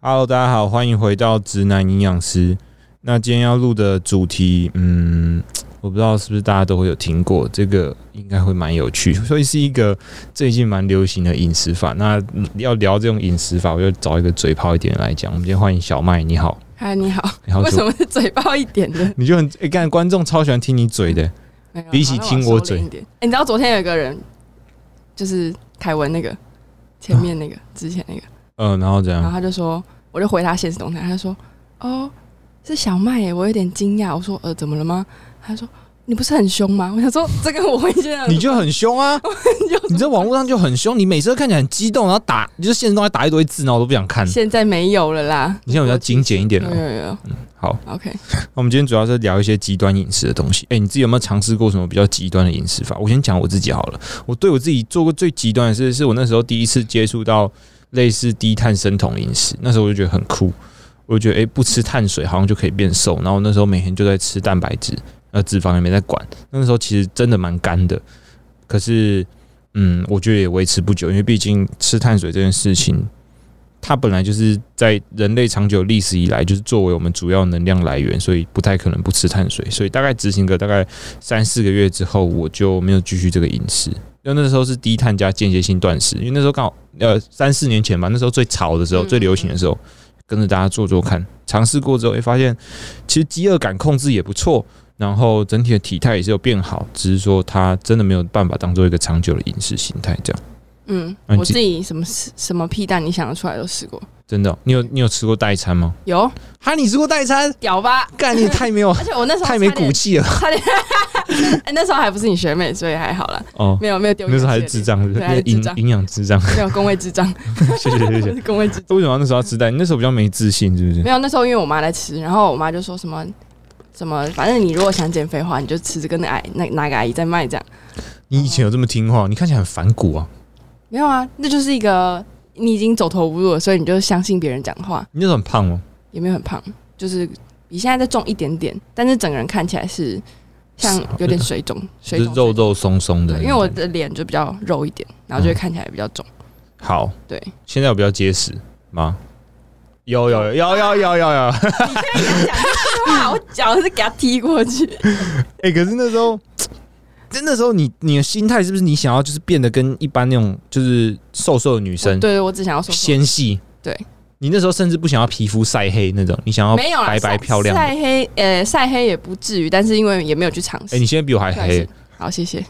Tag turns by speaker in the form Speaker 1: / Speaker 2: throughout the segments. Speaker 1: Hello，大家好，欢迎回到直男营养师。那今天要录的主题，嗯，我不知道是不是大家都会有听过，这个应该会蛮有趣，所以是一个最近蛮流行的饮食法。那要聊这种饮食法，我就找一个嘴炮一点来讲。我们今天欢迎小麦，你好，
Speaker 2: 嗨，你好。
Speaker 1: 你好
Speaker 2: 为什么是嘴爆一点 的？
Speaker 1: 你就很，哎、看观众超喜欢听你嘴的，
Speaker 2: 没有
Speaker 1: 比起听我嘴
Speaker 2: 好那收敛一点、哎，你知道昨天有一个人，就是凯文那个前面
Speaker 1: 啊
Speaker 2: 那个、之前那个，
Speaker 1: 嗯、然后这
Speaker 2: 然后
Speaker 1: 样，
Speaker 2: 他就说，我就回他现实动态，他就说，哦，是小麦耶，我有点惊讶。我说，呃，怎么了吗？他说，你不是很凶吗？我想说，这跟我会这样，
Speaker 1: 你就很凶 啊，你在网络上就很凶，你每次都看起来很激动，然后打，你就现实中还打一堆字，然后我都不想看。
Speaker 2: 现在没有了啦。
Speaker 1: 你现在比较精简一点
Speaker 2: 有
Speaker 1: 了。
Speaker 2: 有有，
Speaker 1: 好。
Speaker 2: ，OK，
Speaker 1: 那我们今天主要是聊一些极端饮食的东西。哎、你自己有没有尝试过什么比较极端的饮食法？我先讲我自己好了。我对我自己做过最极端的事，是我那时候第一次接触到类似低碳生酮饮食，那时候我就觉得很酷。我就觉得哎、诶不吃碳水好像就可以变瘦。然后我那时候每天就在吃蛋白质，呃，脂肪也没在管。那时候其实真的蛮干的，可是嗯，我觉得也维持不久，因为毕竟吃碳水这件事情。它本来就是在人类长久历史以来，就是作为我们主要能量来源，所以不太可能不吃碳水。所以大概执行个大概三四个月之后，我就没有继续这个饮食。因为那时候是低碳加间歇性断食，因为那时候刚好呃三四年前吧，那时候最潮的时候、
Speaker 2: 嗯
Speaker 1: 最流行的时候，跟着大家做做看，尝试过之后，哎、发现其实饥饿感控制也不错，然后整体的体态也是有变好，只是说它真的没有办法当做一个长久的饮食形态这样。
Speaker 2: 嗯，
Speaker 1: 那你
Speaker 2: 我
Speaker 1: 记
Speaker 2: 自己什么什么屁蛋你想得出来都试过，
Speaker 1: 真的哦、你有你有吃过代餐吗？
Speaker 2: 有
Speaker 1: 哈，你吃过代餐？
Speaker 2: 屌吧？
Speaker 1: 干，你也太没 有
Speaker 2: 而且我那时候
Speaker 1: 太没
Speaker 2: 差点
Speaker 1: 骨气 了
Speaker 2: 差点，哎、那时候还不是你学妹，所以还好啦，
Speaker 1: 哦。
Speaker 2: 没有没有丢。
Speaker 1: 那时候还是智，障，是不是
Speaker 2: 对还是智
Speaker 1: 营
Speaker 2: 障
Speaker 1: 营养智障。
Speaker 2: 没有工位智障，
Speaker 1: 谢谢谢谢。
Speaker 2: 工位智障。
Speaker 1: 为什么那时候要吃蛋？你那时候比较没自信，是不是
Speaker 2: 没？有，那时候因为我妈在吃，然后我妈就说什么什么，反正你如果想减肥的话，你就吃这个那阿姨那哪个阿姨在卖这样。
Speaker 1: 你以前有这么听话？你看起来很反骨啊！
Speaker 2: 没有啊，那就是一个你已经走投无路了，所以你就相信别人讲的话，
Speaker 1: 你那时候很胖哦吗？
Speaker 2: 也没有很胖，就是比现在再重一点点，但是整个人看起来是像有点水肿，
Speaker 1: 就
Speaker 2: 水
Speaker 1: 是
Speaker 2: 肿
Speaker 1: 肉肉松松的
Speaker 2: 对，
Speaker 1: 那种。
Speaker 2: 因为我的脸就比较肉一点，然后就会看起来比较 肿。
Speaker 1: 好，
Speaker 2: 对，
Speaker 1: 现在我比较结实吗？有有有有有有有。
Speaker 2: 哇，我脚是给他踢过去。
Speaker 1: 哎、可是那时候，在那时候你你的心态是不是你想要就是变得跟一般那种就是瘦瘦的女
Speaker 2: 我
Speaker 1: 生
Speaker 2: 哦对，我只想要说说
Speaker 1: 纤细？
Speaker 2: 对。
Speaker 1: 你那时候甚至不想要皮肤晒黑那种，你想要
Speaker 2: 没有啦
Speaker 1: 白白
Speaker 2: 晒
Speaker 1: 漂亮的。
Speaker 2: 晒黑，呃，晒黑也不至于，但是因为也没有去尝试。
Speaker 1: 哎、你现在比我还
Speaker 2: 算是
Speaker 1: 黑，
Speaker 2: 好，谢谢，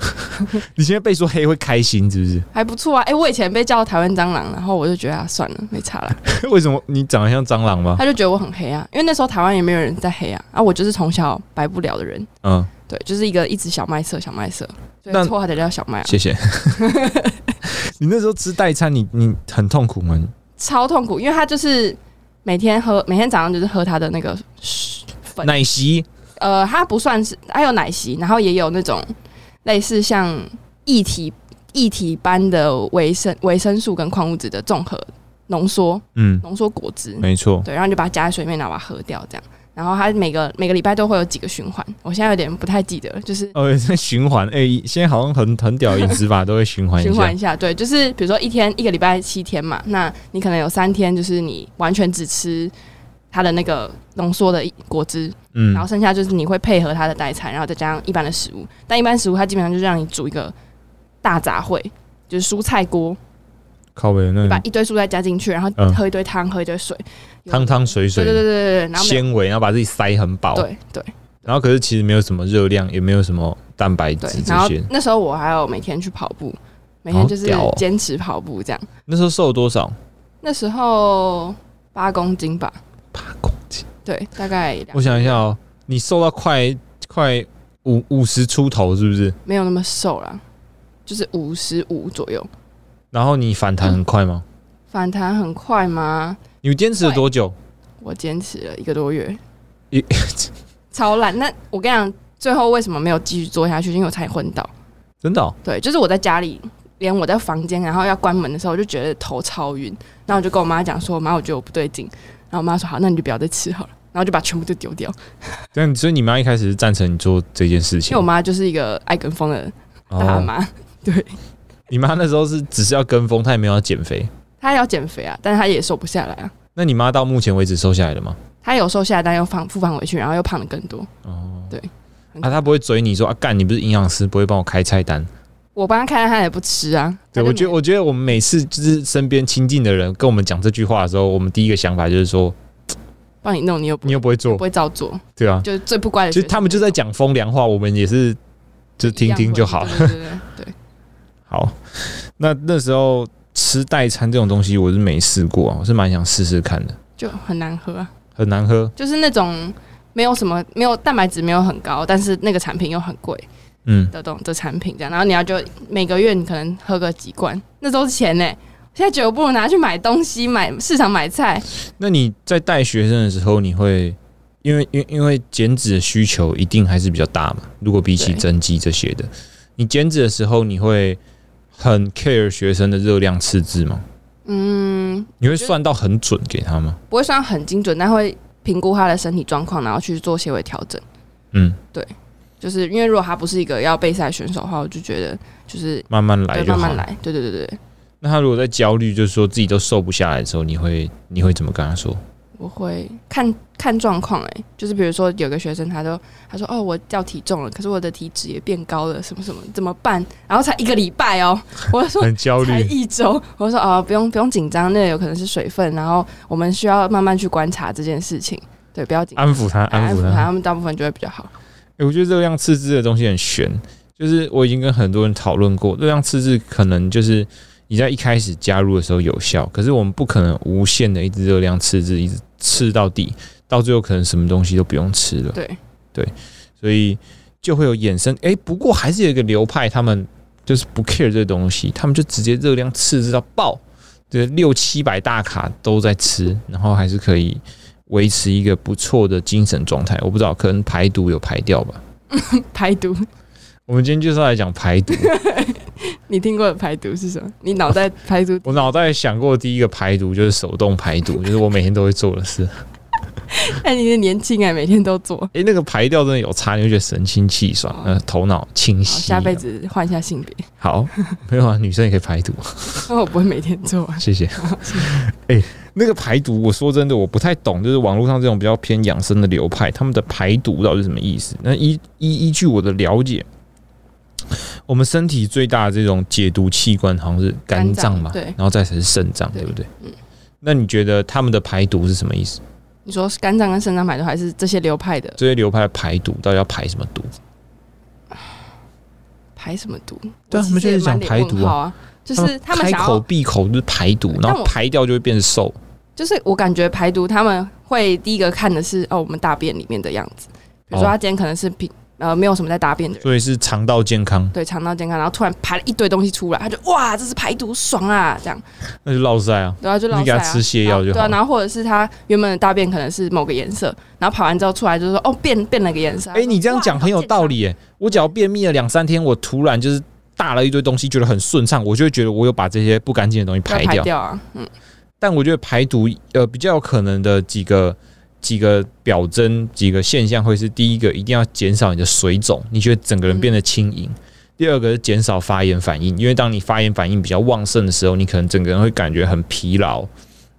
Speaker 1: 你现在被说黑会开心是不是？
Speaker 2: 还不错啊。哎、我以前被叫台湾蟑螂，然后我就觉得啊，算了，没差 了。
Speaker 1: 为什么你长得像蟑螂吗？
Speaker 2: 他就觉得我很黑啊，因为那时候台湾也没有人在黑啊，啊，我就是从小白不了的人，
Speaker 1: 嗯，
Speaker 2: 对，就是一个一直小麦色，小麦色，所以
Speaker 1: 那
Speaker 2: 绰号才叫小麦啊，
Speaker 1: 谢 谢。你那时候吃代餐，你你很痛苦吗？
Speaker 2: 超痛苦，因为他就是每天喝，每天早上就是喝他的那个本
Speaker 1: 奶昔
Speaker 2: 呃，它不算是，它有奶昔，然后也有那种类似像液体液体般的维生维生素跟矿物质的综合浓缩
Speaker 1: 嗯，
Speaker 2: 浓缩果汁，
Speaker 1: 没错，
Speaker 2: 对，然后你就把它加在水里面，然后把它喝掉，这样。然后它每个每个礼拜都会有几个循环，我现在有点不太记得了，就是
Speaker 1: 哦，在循环，哎、现在好像很很屌，饮食法都会循环一
Speaker 2: 循环
Speaker 1: 下
Speaker 2: 一，下，对，就是比如说一天一个礼拜七天嘛，那你可能有三天就是你完全只吃它的那个浓缩的果汁，
Speaker 1: 嗯
Speaker 2: 然，后剩下就是你会配合它的代餐，然后再加上一般的食物。但一般食物它基本上就是让你煮一个大杂烩，就是蔬菜锅，
Speaker 1: 靠北那
Speaker 2: 把
Speaker 1: 种
Speaker 2: 一堆蔬菜加进去，然后
Speaker 1: 嗯
Speaker 2: 喝一堆汤，喝一堆水，有
Speaker 1: 汤汤水
Speaker 2: 对
Speaker 1: 水
Speaker 2: 对对
Speaker 1: 的
Speaker 2: 对对，然后没有
Speaker 1: 纤维，然后把自己塞很饱，
Speaker 2: 对对
Speaker 1: 然后可是其实没有什么热量，也没有什么蛋白质
Speaker 2: 对，然
Speaker 1: 这
Speaker 2: 后
Speaker 1: 些。
Speaker 2: 那时候我还有每天去跑步，每
Speaker 1: 好
Speaker 2: 天就是
Speaker 1: 屌哦
Speaker 2: 坚持跑步这样。
Speaker 1: 那时候瘦了多少？
Speaker 2: 那时候八公斤吧，
Speaker 1: 八公斤。
Speaker 2: 对，大概两
Speaker 1: 我想一下哦，你瘦到快快五五十出头是不是？
Speaker 2: 没有那么瘦啦，就是五十五左右。
Speaker 1: 然后你反弹很快
Speaker 2: 嗯
Speaker 1: 吗？
Speaker 2: 反弹很快吗？
Speaker 1: 你坚持了多久？
Speaker 2: 我坚持了一个多月，
Speaker 1: 一
Speaker 2: 超懒。那我跟你讲，最后为什么没有继续做下去？因为我差点昏倒。
Speaker 1: 真的、哦？
Speaker 2: 对，就是我在家里，连我在房间，然后要关门的时候，我就觉得头超晕。然后我就跟我妈讲说：“妈，我觉得我不对劲。”然后我妈说：“好，那你就不要再吃好了。”然后就把全部都丢掉，
Speaker 1: 这样，所以你妈一开始是赞成你做这件事情。
Speaker 2: 因为我妈就是一个爱跟风的大
Speaker 1: 哦，
Speaker 2: 妈，
Speaker 1: 你妈那时候是只是要跟风，她也没有要减肥。
Speaker 2: 她要减肥啊，但是她也瘦不下来啊。
Speaker 1: 那你妈到目前为止瘦下来了吗？
Speaker 2: 她有瘦下来，但又胖复胖回去，然后又胖的更多。
Speaker 1: 哦，
Speaker 2: 对
Speaker 1: 啊，她不会追你说啊，干你不是营养师，不会帮我开菜单。
Speaker 2: 我帮她看，她也不吃啊。
Speaker 1: 对，我
Speaker 2: 她就
Speaker 1: 觉得
Speaker 2: 没
Speaker 1: 我觉得我们每次就是身边亲近的人跟我们讲这句话的时候，我们第一个想法就是说，
Speaker 2: 帮你弄，你又不
Speaker 1: 你又不会做
Speaker 2: 不，会照做，
Speaker 1: 对啊，
Speaker 2: 就是最不乖的学
Speaker 1: 就
Speaker 2: 生。
Speaker 1: 是他们就在讲风凉话，我们也是就
Speaker 2: 一
Speaker 1: 听
Speaker 2: 样
Speaker 1: 听
Speaker 2: 会
Speaker 1: 就好。
Speaker 2: 对对对对对，
Speaker 1: 好，那那时候吃代餐这种东西我是没试过啊，我是蛮想试试看的，
Speaker 2: 就很难喝啊，
Speaker 1: 很难喝，
Speaker 2: 就是那种没有什么没有蛋白质没有很高，但是那个产品又很贵
Speaker 1: 嗯，
Speaker 2: 的东的产品这样，然后你要就每个月你可能喝个几罐，那都是钱呢、现在觉得我不如拿去买东西，买市场买菜，
Speaker 1: 那你在带学生的时候，你会因为因为因为减脂的需求一定还是比较大嘛？如果比起
Speaker 2: 对
Speaker 1: 增肌这些的，你减脂的时候，你会很 care 学生的热量赤字吗？
Speaker 2: 嗯，
Speaker 1: 你会
Speaker 2: 觉得
Speaker 1: 算到很准给他吗？
Speaker 2: 不会算很精准，但会评估他的身体状况，然后去做些微调整。
Speaker 1: 嗯，
Speaker 2: 就是因为如果他不是一个要备赛选手的话，我就觉得就是
Speaker 1: 慢慢来
Speaker 2: 对
Speaker 1: 就好。
Speaker 2: 慢慢来，对对对对，对
Speaker 1: 那他如果在焦虑，就是说自己都瘦不下来的时候，你会你会怎么跟他说？
Speaker 2: 我会看看状况哎，就是比如说有个学生他都他说哦我掉体重了，可是我的体脂也变高了，什么什么怎么办？然后才一个礼拜哦，我 就说。
Speaker 1: 很焦
Speaker 2: 才一周，我就说哦，不用不用紧张，那有可能是水分，然后我们需要慢慢去观察这件事情，对，不要紧张，
Speaker 1: 安抚他，安抚
Speaker 2: 哎他，
Speaker 1: 他。
Speaker 2: 他们大部分就会比较好。
Speaker 1: 欸我觉得热量赤字的东西很悬，就是我已经跟很多人讨论过，热量赤字可能就是你在一开始加入的时候有效，可是我们不可能无限的一直热量赤字，一直吃到底，到最后可能什么东西都不用吃了。
Speaker 2: 对
Speaker 1: 对，所以就会有衍生。哎、不过还是有一个流派，他们就是不 care 这东西，他们就直接热量赤字到爆，对，六七百大卡都在吃，然后还是可以。维持一个不错的精神状态，我不知道，可能排毒有排掉吧。
Speaker 2: 排毒，
Speaker 1: 我们今天就是要来讲排 毒。
Speaker 2: 你听过的排毒是什么？你脑袋排毒
Speaker 1: 我脑袋想过第一个排毒就是手动排毒，就是我每天都会做的事。
Speaker 2: 哎，你的年轻哎，每天都做，好，
Speaker 1: 诶，那个排掉真的有差，你会觉得神清气爽，呃，头脑清晰。
Speaker 2: 下辈子换一下性别，
Speaker 1: 好，没有啊，女生也可以排毒，
Speaker 2: 因为我不会每天 做啊。
Speaker 1: 谢谢。诶，哎那个排毒，我说真的，我不太懂，就是网络上这种比较偏养生的流派，他们的排毒到底是什么意思？那依依依据我的了解，我们身体最大的这种解毒器官好像是肝
Speaker 2: 肝
Speaker 1: 脏
Speaker 2: 脏
Speaker 1: 嘛，
Speaker 2: 对
Speaker 1: 然后再才是肾脏，
Speaker 2: 对
Speaker 1: 对不对？
Speaker 2: 嗯
Speaker 1: 那你觉得他们的排毒是什么意思？
Speaker 2: 你说是肝脏跟肾脏排毒，还是这些流派的
Speaker 1: 这些流派的排毒到底要排什么毒？
Speaker 2: 排什么毒？
Speaker 1: 对啊
Speaker 2: 我其
Speaker 1: 我们
Speaker 2: 实
Speaker 1: 就是
Speaker 2: 也满
Speaker 1: 讲
Speaker 2: 脸
Speaker 1: 排
Speaker 2: 问
Speaker 1: 毒啊
Speaker 2: 号啊，就是他们
Speaker 1: 开
Speaker 2: 想
Speaker 1: 口
Speaker 2: 要，
Speaker 1: 闭口就是排毒，
Speaker 2: 但
Speaker 1: 然后
Speaker 2: 我
Speaker 1: 排掉就会变瘦。
Speaker 2: 就是我感觉排毒他们会第一个看的是哦，我们大便里面的样子，比如说
Speaker 1: 哦
Speaker 2: 他今天可能是平呃没有什么在大便的人。
Speaker 1: 所以是肠道健康，
Speaker 2: 对肠道健康，然后突然排了一堆东西出来，他就哇，这是排毒爽啊！这样，
Speaker 1: 那就落塞啊。
Speaker 2: 对啊，就老
Speaker 1: 你给他吃泻药就
Speaker 2: 对
Speaker 1: 好
Speaker 2: 啊，然后或者是他原本的大便可能是某个颜色，然后排完之后出来就说哦变变了个颜色。
Speaker 1: 哎、你这样讲很有道理、啊耶。我只要便秘了两三天，我突然就是大了一堆东西，觉得很顺畅，我就会觉得我有把这些不干净的东西
Speaker 2: 哇，好
Speaker 1: 排
Speaker 2: 健康要
Speaker 1: 掉。
Speaker 2: 排掉啊，嗯，
Speaker 1: 但我觉得排毒呃比较有可能的几个几个表征、几个现象会是：第一个，一定要减少你的水肿，你觉得整个人变得轻盈；第二个是减少发炎反应，因为当你发炎反应比较旺盛的时候，你可能整个人会感觉很疲劳，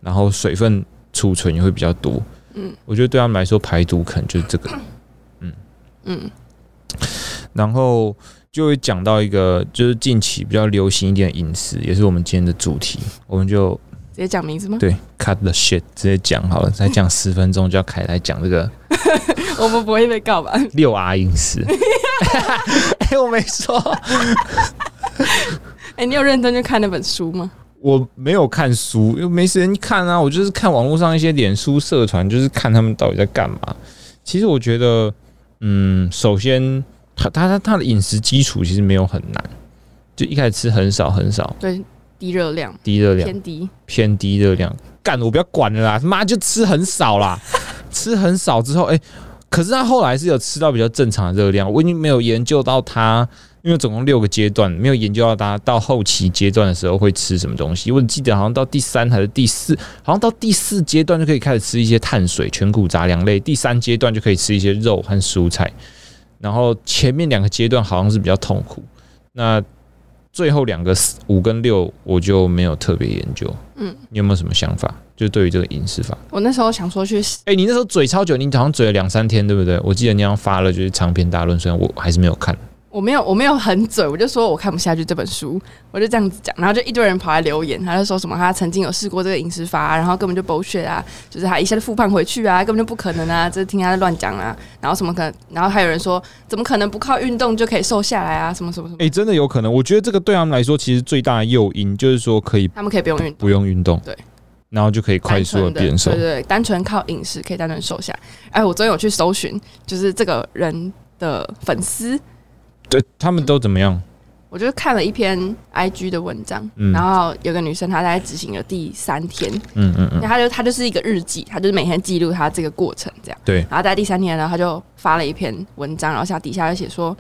Speaker 1: 然后水分储存也会比较多。嗯
Speaker 2: 嗯，
Speaker 1: 我觉得对他们来说，排毒可能就是这个。
Speaker 2: 嗯，
Speaker 1: 然后就会讲到一个就是近期比较流行一点的饮食，也是我们今天的主题，我们就
Speaker 2: 直接讲名字吗？
Speaker 1: 对 cut the shit 直接讲好了，再讲十分钟就要开来讲这个
Speaker 2: 我们不会被告吧？
Speaker 1: 六 R 饮食。 哎、我没说，
Speaker 2: 哎、你有认真去看那本书吗？
Speaker 1: 我没有看书，又没时间看啊。我就是看网络上一些脸书社团，就是看他们到底在干嘛。其实我觉得，嗯，首先他他他他的饮食基础其实没有很难，就一开始吃很少很少，
Speaker 2: 对，低热量，
Speaker 1: 低热量。
Speaker 2: 偏低。
Speaker 1: 偏低热量。干，我不要管了啦，他妈就吃很少啦， 吃很少之后，哎、可是他后来是有吃到比较正常的热量，我已经没有研究到他，因为总共六个阶段，没有研究到他到后期阶段的时候会吃什么东西。我只记得好像到第三还是第四，好像到第四阶段就可以开始吃一些碳水、全谷杂粮类，第三阶段就可以吃一些肉和蔬菜，然后前面两个阶段好像是比较痛苦。那最后两个四五跟六我就没有特别研究。
Speaker 2: 嗯，
Speaker 1: 你有没有什么想法？就对于这个饮食法？
Speaker 2: 我那时候想说去，
Speaker 1: 哎、你那时候嘴超久，你好像嘴了两三天，对不对？我记得你好像发了就是长篇大论，虽然我还是没有看。
Speaker 2: 我没有我没有很嘴，我就说我看不下去这本书，我就这样子讲，然后就一堆人跑来留言，他就说什么他曾经有试过这个饮食法、啊，然后根本就 bullshit 啊，就是他一下就复胖回去啊，根本就不可能啊，这是听他乱讲啊，然后什么可能，然后还有人说怎么可能不靠运动就可以瘦下来啊，什么什么什么，
Speaker 1: 哎、真的有可能。我觉得这个对他们来说，其实最大的诱因就是说可以
Speaker 2: 他们可以不用运动。
Speaker 1: 不用运动，
Speaker 2: 对，
Speaker 1: 然后就可以快速的
Speaker 2: 单纯
Speaker 1: 变瘦
Speaker 2: 对。对对，单纯靠饮食可以单纯瘦下来。哎，我昨天有去搜寻，就是这个人的粉丝，
Speaker 1: 对，他们都怎么样？
Speaker 2: 我就是看了一篇 IG 的文章，
Speaker 1: 嗯
Speaker 2: 然后有个女生她大概执行了第三天，
Speaker 1: 嗯嗯嗯，
Speaker 2: 那她就她就是一个日记，她就是每天记录她这个过程这样。
Speaker 1: 对
Speaker 2: 然后在第三天呢，她就发了一篇文章，然后下底下就写说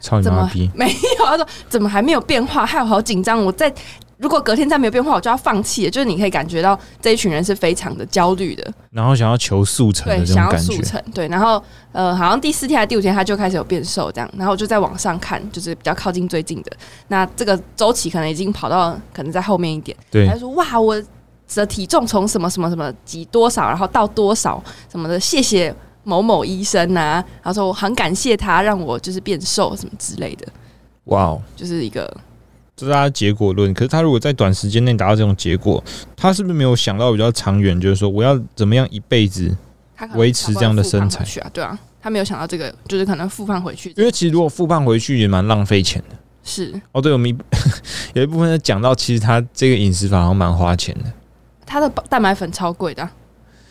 Speaker 1: 操你
Speaker 2: 怎
Speaker 1: 妈
Speaker 2: 么
Speaker 1: 逼！
Speaker 2: 没有，她说怎么还没有变化，害我好紧张，我在。如果隔天再没有变化，我就要放弃了。就是你可以感觉到这一群人是非常的焦虑的，
Speaker 1: 然后想要求速成
Speaker 2: 对，
Speaker 1: 的这种
Speaker 2: 想要
Speaker 1: 感
Speaker 2: 速
Speaker 1: 觉，
Speaker 2: 成，对，然后呃，好像第四天还是第五天，他就开始有变瘦这样，然后我就在网上看，就是比较靠近最近的，那这个周期可能已经跑到可能在后面一点，
Speaker 1: 对
Speaker 2: 他就说哇，我的体重从什么什么什么几多少，然后到多少什么的，谢谢某某医生呐、然后说我很感谢他让我就是变瘦什么之类的，
Speaker 1: 哇哦，
Speaker 2: 就是一个
Speaker 1: 这是他的结果论。可是他如果在短时间内达到这种结果，他是不是没有想到比较长远，就是说我要怎么样一辈子？
Speaker 2: 他可能
Speaker 1: 维持这样的身材
Speaker 2: 复胖回去啊，对啊，他没有想到这个，就是可能复胖回去
Speaker 1: 因为其实如果复胖回去也蛮浪费钱的。
Speaker 2: 是
Speaker 1: 哦，对，我们一 有一部分在讲到，其实他这个饮食法好像蛮花钱的。
Speaker 2: 它的蛋白粉超贵的啊、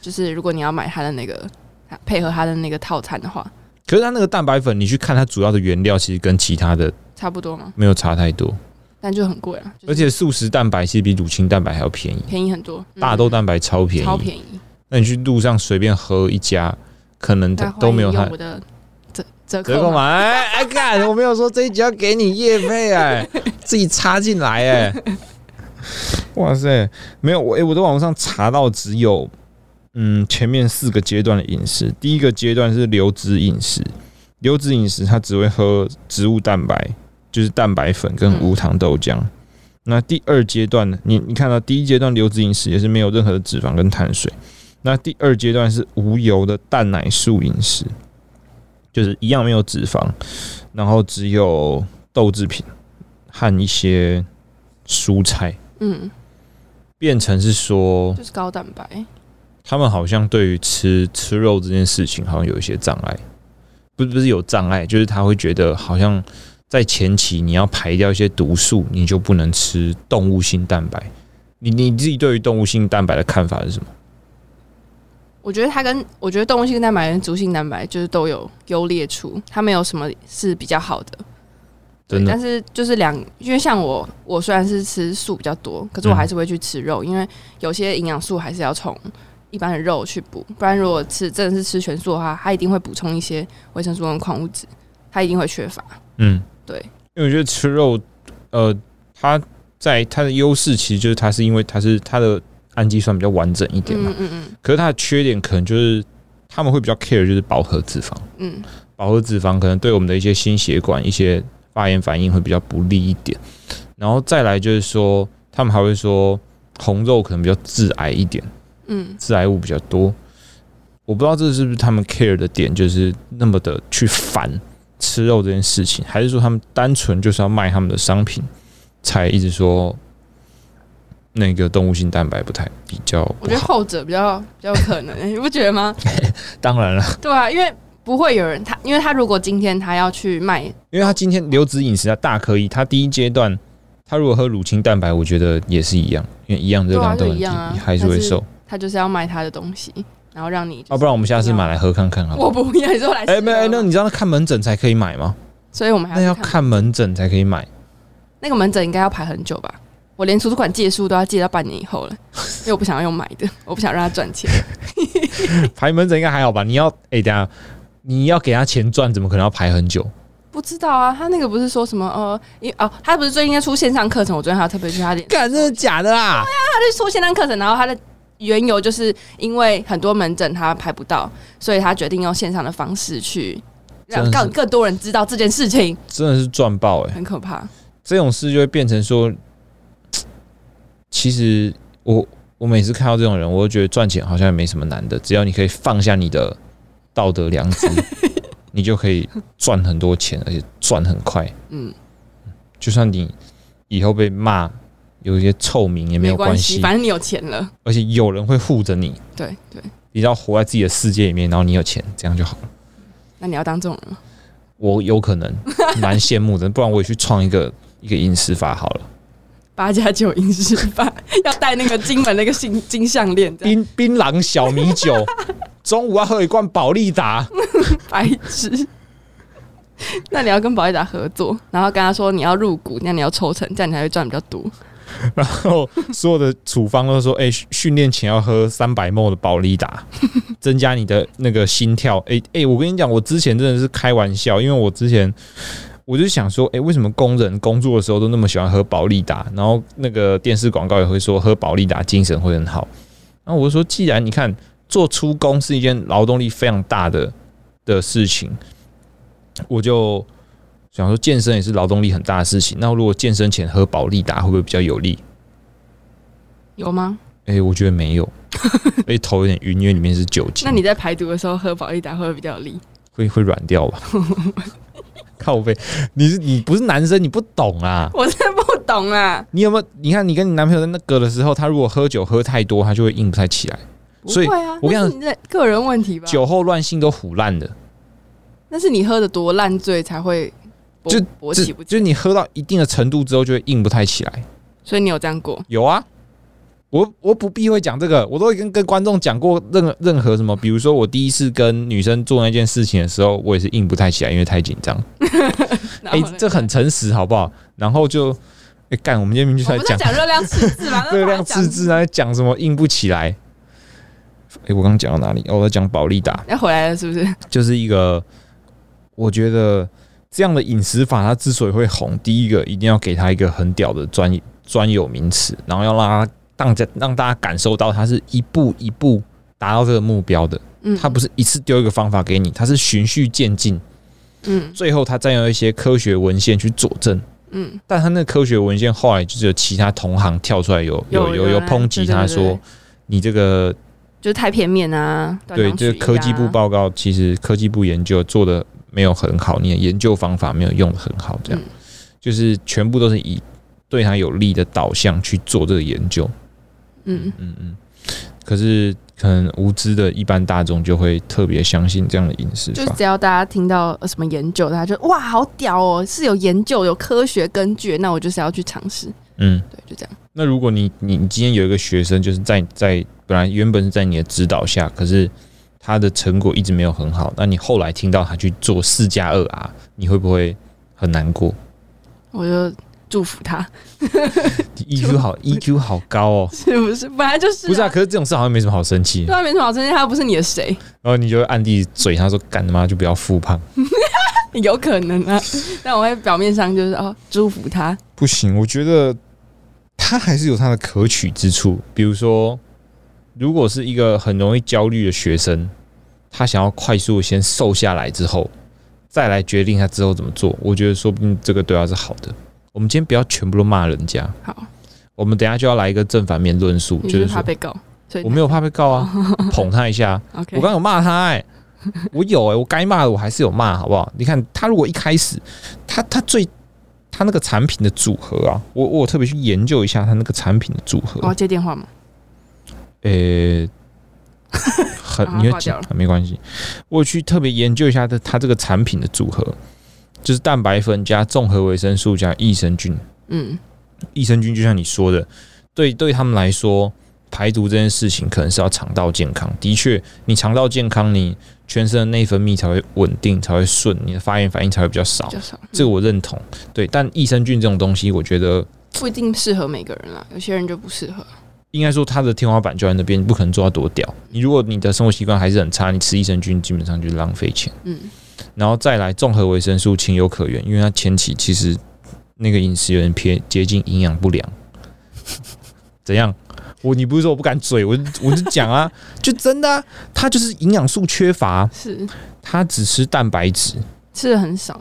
Speaker 2: 就是如果你要买它的那个它配合它的那个套餐的话，
Speaker 1: 可是他那个蛋白粉，你去看它主要的原料，其实跟其他的
Speaker 2: 差不多嘛，
Speaker 1: 没有差太多，
Speaker 2: 但就很贵啊，就是
Speaker 1: 而且素食蛋白其实比乳清蛋白还要便宜，
Speaker 2: 便宜很多，嗯
Speaker 1: 大豆蛋白超便宜，嗯
Speaker 2: 超便宜，
Speaker 1: 那你去路上随便喝一家，可能它
Speaker 2: 但
Speaker 1: 都没有它
Speaker 2: 用我的折折
Speaker 1: 折
Speaker 2: 扣
Speaker 1: 扣
Speaker 2: 嘛，
Speaker 1: 码。哎哎，干！我没有说这一集要给你夜配 哎，自己插进来哎。哇塞，没有我哎、我在网络上查到只有嗯前面四个阶段的饮食，第一个阶段是流质饮食，流质饮食它只会喝植物蛋白，就是蛋白粉跟
Speaker 2: 嗯
Speaker 1: 无糖豆浆。那第二阶段呢？你你看到第一阶段流质饮食也是没有任何的脂肪跟碳水，那第二阶段是无油的蛋奶素饮食，就是一样没有脂肪，然后只有豆制品和一些蔬菜，
Speaker 2: 嗯，
Speaker 1: 变成是说
Speaker 2: 就是高蛋白，
Speaker 1: 他们好像对于吃吃肉这件事情好像有一些障碍，不是不是有障碍，就是他会觉得好像在前期你要排掉一些毒素，你就不能吃动物性蛋白。你你自己对于动物性蛋白的看法是什么？
Speaker 2: 我觉得它跟我觉得动物性蛋白跟足性蛋白就是都有优劣处，它没有什么是比较好的。对，
Speaker 1: 真的
Speaker 2: 但是就是两，因为像我，我虽然是吃素比较多，可是我
Speaker 1: 嗯
Speaker 2: 还是会去吃肉，因为有些营养素还是要从一般的肉去补，不然如果吃真的是吃全素的话，它一定会补充一些维生素跟矿物质，它一定会缺乏。
Speaker 1: 嗯，
Speaker 2: 对，
Speaker 1: 因为我觉得吃肉，呃，它在它的优势其实就是它是因为它是它的氨基酸比较完整一点嘛，
Speaker 2: 嗯嗯嗯
Speaker 1: 可是它的缺点可能就是他们会比较 care 就是饱和脂肪，
Speaker 2: 嗯，
Speaker 1: 饱和脂肪可能对我们的一些心血管一些发炎反应会比较不利一点，然后再来就是说他们还会说红肉可能比较致癌一点。
Speaker 2: 嗯，
Speaker 1: 致癌物比较多。我不知道这是不是他们 care 的点，就是那么的去烦吃肉这件事情，还是说他们单纯就是要卖他们的商品，才一直说那个动物性蛋白不太比较
Speaker 2: 我
Speaker 1: 不
Speaker 2: 觉得
Speaker 1: 好。
Speaker 2: 后者比较比较有可能、你不觉得吗？
Speaker 1: 当然了，
Speaker 2: 对啊，因为不会有人他，因为他如果今天他要去卖，
Speaker 1: 因为他今天流质饮食他大可以，他第一阶段他如果喝乳清蛋白，我觉得也是一样，因为一样热量都
Speaker 2: 对
Speaker 1: 很
Speaker 2: 啊就一
Speaker 1: 低，
Speaker 2: 样啊
Speaker 1: 还是会瘦。啊
Speaker 2: 他就是要卖他的东西，然后让你、
Speaker 1: 要、不然我们下次买来喝看看好不好？
Speaker 2: 我不 要，你说来
Speaker 1: 哦哎、
Speaker 2: 试
Speaker 1: 没有、
Speaker 2: 喝
Speaker 1: 哎那
Speaker 2: 吗
Speaker 1: 你知道看门诊才可以买吗？
Speaker 2: 所以我们还
Speaker 1: 那要
Speaker 2: 去看
Speaker 1: 看门诊才可以买。
Speaker 2: 那个门诊应该要排很久吧？我连图书馆借书都要借到半年以后了，因为我不想要用买的， 我不想让他赚钱。
Speaker 1: 排门诊应该还好吧？你要哎、等一下你要给他钱赚，怎么可能要排很久？
Speaker 2: 不知道啊，他那个不是说什么呃，因哦，他不是最近在出线上课程，我昨天还要特别去他 脸，
Speaker 1: 干，真的假的啊啦？
Speaker 2: 他在出线上课程，然后他的缘由就是因为很多门诊他排不到，所以他决定用线上的方式去让
Speaker 1: 真的是
Speaker 2: 更更多人知道这件事情，
Speaker 1: 真的是赚爆哎、
Speaker 2: 很可怕。
Speaker 1: 这种事就会变成说，其实我我每次看到这种人，我就觉得赚钱好像也没什么难的，只要你可以放下你的道德良知，你就可以赚很多钱，而且赚很快。
Speaker 2: 嗯，
Speaker 1: 就算你以后被骂有一些臭名也没有关系，
Speaker 2: 反正你有钱了。
Speaker 1: 而且有人会护着你，
Speaker 2: 对对，
Speaker 1: 你只要活在自己的世界里面，然后你有钱，这样就好了。
Speaker 2: 那你要当这种人吗？
Speaker 1: 我有可能蛮羡慕的，不然我也去创一个一个饮食法好了。
Speaker 2: 八加九饮食法 要戴那个金门那个金金项链，这样
Speaker 1: 槟槟榔小米酒，中午要喝一罐宝利达。
Speaker 2: 白痴。 那你要跟保利达合作，然后跟他说你要入股，那你要抽成，这样你才会赚比较多。
Speaker 1: 然后所有的处方都说，哎、训训练前要喝三百 ml 的宝利达，增加你的那个心跳。哎、哎、我跟你讲，我之前真的是开玩笑，因为我之前。我就想说，哎、为什么工人工作的时候都那么喜欢喝宝利达？然后那个电视广告也会说喝宝利达精神会很好。然后我就说，既然你看做出工是一件劳动力非常大的的事情，我就想说健身也是劳动力很大的事情。那如果健身前喝宝利达会不会比较有利？
Speaker 2: 有吗？
Speaker 1: 哎、我觉得没 有，而且头有点晕，因为里面是酒精。
Speaker 2: 那你在排毒的时候喝保利达会不会比较有力？
Speaker 1: 会会软掉吧？靠背，你是你不是男生，你不懂啊！
Speaker 2: 我真的不懂啊，
Speaker 1: 你有没有？你看你跟你男朋友在那个的时候，他如果喝酒喝太多，他就会硬不太起来。
Speaker 2: 不
Speaker 1: 所以
Speaker 2: 会啊，
Speaker 1: 我跟你
Speaker 2: 那
Speaker 1: 讲
Speaker 2: 是你的个人问题吧？
Speaker 1: 酒后乱性都腐烂的，
Speaker 2: 那是你喝的多烂醉才会勃
Speaker 1: 就
Speaker 2: 勃
Speaker 1: 就
Speaker 2: 起不
Speaker 1: 就是你喝到一定的程度之后，就会硬不太起来。
Speaker 2: 所以你有这样过？
Speaker 1: 有啊，我我不避讳讲这个，我都已经跟观众讲过任何任何什么，比如说我第一次跟女生做那件事情的时候，我也是硬不太起来，因为太紧张。
Speaker 2: 然
Speaker 1: 哎、
Speaker 2: 后呢
Speaker 1: 这很诚实，好不好？然后就，哎、干，我们今天明明就在
Speaker 2: 我们在
Speaker 1: 讲
Speaker 2: 讲热量赤 字嘛，
Speaker 1: 热量赤字啊，在讲什么硬不起来？哎、我刚刚讲到哪里？哦，我在讲保利达，
Speaker 2: 要回来了是不是？
Speaker 1: 就是一个，我觉得这样的饮食法，它之所以会红，第一个一定要给它一个很屌的专专有名词，然后要让它让家让大家感受到，它是一步一步达到这个目标的，
Speaker 2: 嗯，
Speaker 1: 它不是一次丢一个方法给你，它是循序渐进，
Speaker 2: 嗯
Speaker 1: 最后它再用一些科学文献去佐证。
Speaker 2: 嗯，
Speaker 1: 但他那科学文献后来就是有其他同行跳出来有有
Speaker 2: 有
Speaker 1: 有
Speaker 2: 有
Speaker 1: 有
Speaker 2: 啊
Speaker 1: 抨击他
Speaker 2: 对对对
Speaker 1: 说，你这个
Speaker 2: 就是太片面啊。断
Speaker 1: 对
Speaker 2: 章
Speaker 1: 这
Speaker 2: 取
Speaker 1: 个
Speaker 2: 义
Speaker 1: 科技部
Speaker 2: 啊
Speaker 1: 报告，其实科技部研究做的没有很好，你的研究方法没有用的很好，这样
Speaker 2: 嗯
Speaker 1: 就是全部都是以对他有利的导向去做这个研究，
Speaker 2: 嗯，
Speaker 1: 嗯嗯，可是可能无知的一般大众就会特别相信这样的饮食
Speaker 2: 就是
Speaker 1: 法，
Speaker 2: 只要大家听到呃什么研究，大家就哇好屌哦，是有研究有科学根据，那我就是要去尝试。
Speaker 1: 嗯。
Speaker 2: 对，就这样。
Speaker 1: 那如果你你你今天有一个学生，就是在在本来原本是在你的指导下，可是他的成果一直没有很好，那你后来听到他去做四加二 R，你会不会很难过
Speaker 2: 我就祝福他，
Speaker 1: 你？EQ 好，EQ 好高哦，
Speaker 2: 是不是？本来就是、
Speaker 1: 不是啊？可是这种事好像没什么好生气
Speaker 2: 对， 啊，没什么好生气，他又不是你的谁，
Speaker 1: 然后你就会暗地嘴他说：“干他妈就不要复胖，
Speaker 2: 有可能 啊。但我会表面上就是哦，祝福他。
Speaker 1: 不行。”我觉得他还是有他的可取之处，比如说，如果是一个很容易焦虑的学生，他想要快速地先瘦下来之后，再来决定他之后怎么做，我觉得说不定这个对他是好的。我们今天不要全部都骂人家，
Speaker 2: 好，
Speaker 1: 我们等一下就要来一个正反面论述，
Speaker 2: 你
Speaker 1: 就是是
Speaker 2: 怕
Speaker 1: 说
Speaker 2: 被告，所以
Speaker 1: 我没有怕被告 啊，捧他一下。
Speaker 2: OK
Speaker 1: 我刚有骂他哎、我有哎、我该骂的我还是有骂，好不好？你看他如果一开始，他他最他那个产品的组合啊，我我有特别去研究一下他那个产品的组合啊
Speaker 2: 我，要接电话吗？
Speaker 1: 呃、 很
Speaker 2: 啊
Speaker 1: 你
Speaker 2: 挂
Speaker 1: 会
Speaker 2: 掉
Speaker 1: 讲没关系，我有去特别研究一下它它这个产品的组合，就是蛋白粉加综合维生素加益生菌，
Speaker 2: 嗯
Speaker 1: 益生菌就像你说的，对对他们来说，排毒这件事情可能是要肠道健康。的确，你肠道健康，你全身的内分泌才会稳定，才会顺，你的发炎反应才会比较少。
Speaker 2: 就少。
Speaker 1: 这个我认同，对。但益生菌这种东西，我觉得
Speaker 2: 不一定适合每个人啦，有些人就不适合。
Speaker 1: 应该说它的天花板就在那边，你不可能做到多屌。你如果你的生活习惯还是很差，你吃益生菌基本上就是浪费钱。
Speaker 2: 嗯，
Speaker 1: 然后再来综合维生素情有可原，因为它前期其实那个饮食有点偏接近营养不良。 怎样？我你不是说我不敢嘴，我我就讲啊， 就真的、啊，它就是营养素缺乏，
Speaker 2: 是
Speaker 1: 它只吃蛋白质，
Speaker 2: 吃的很少，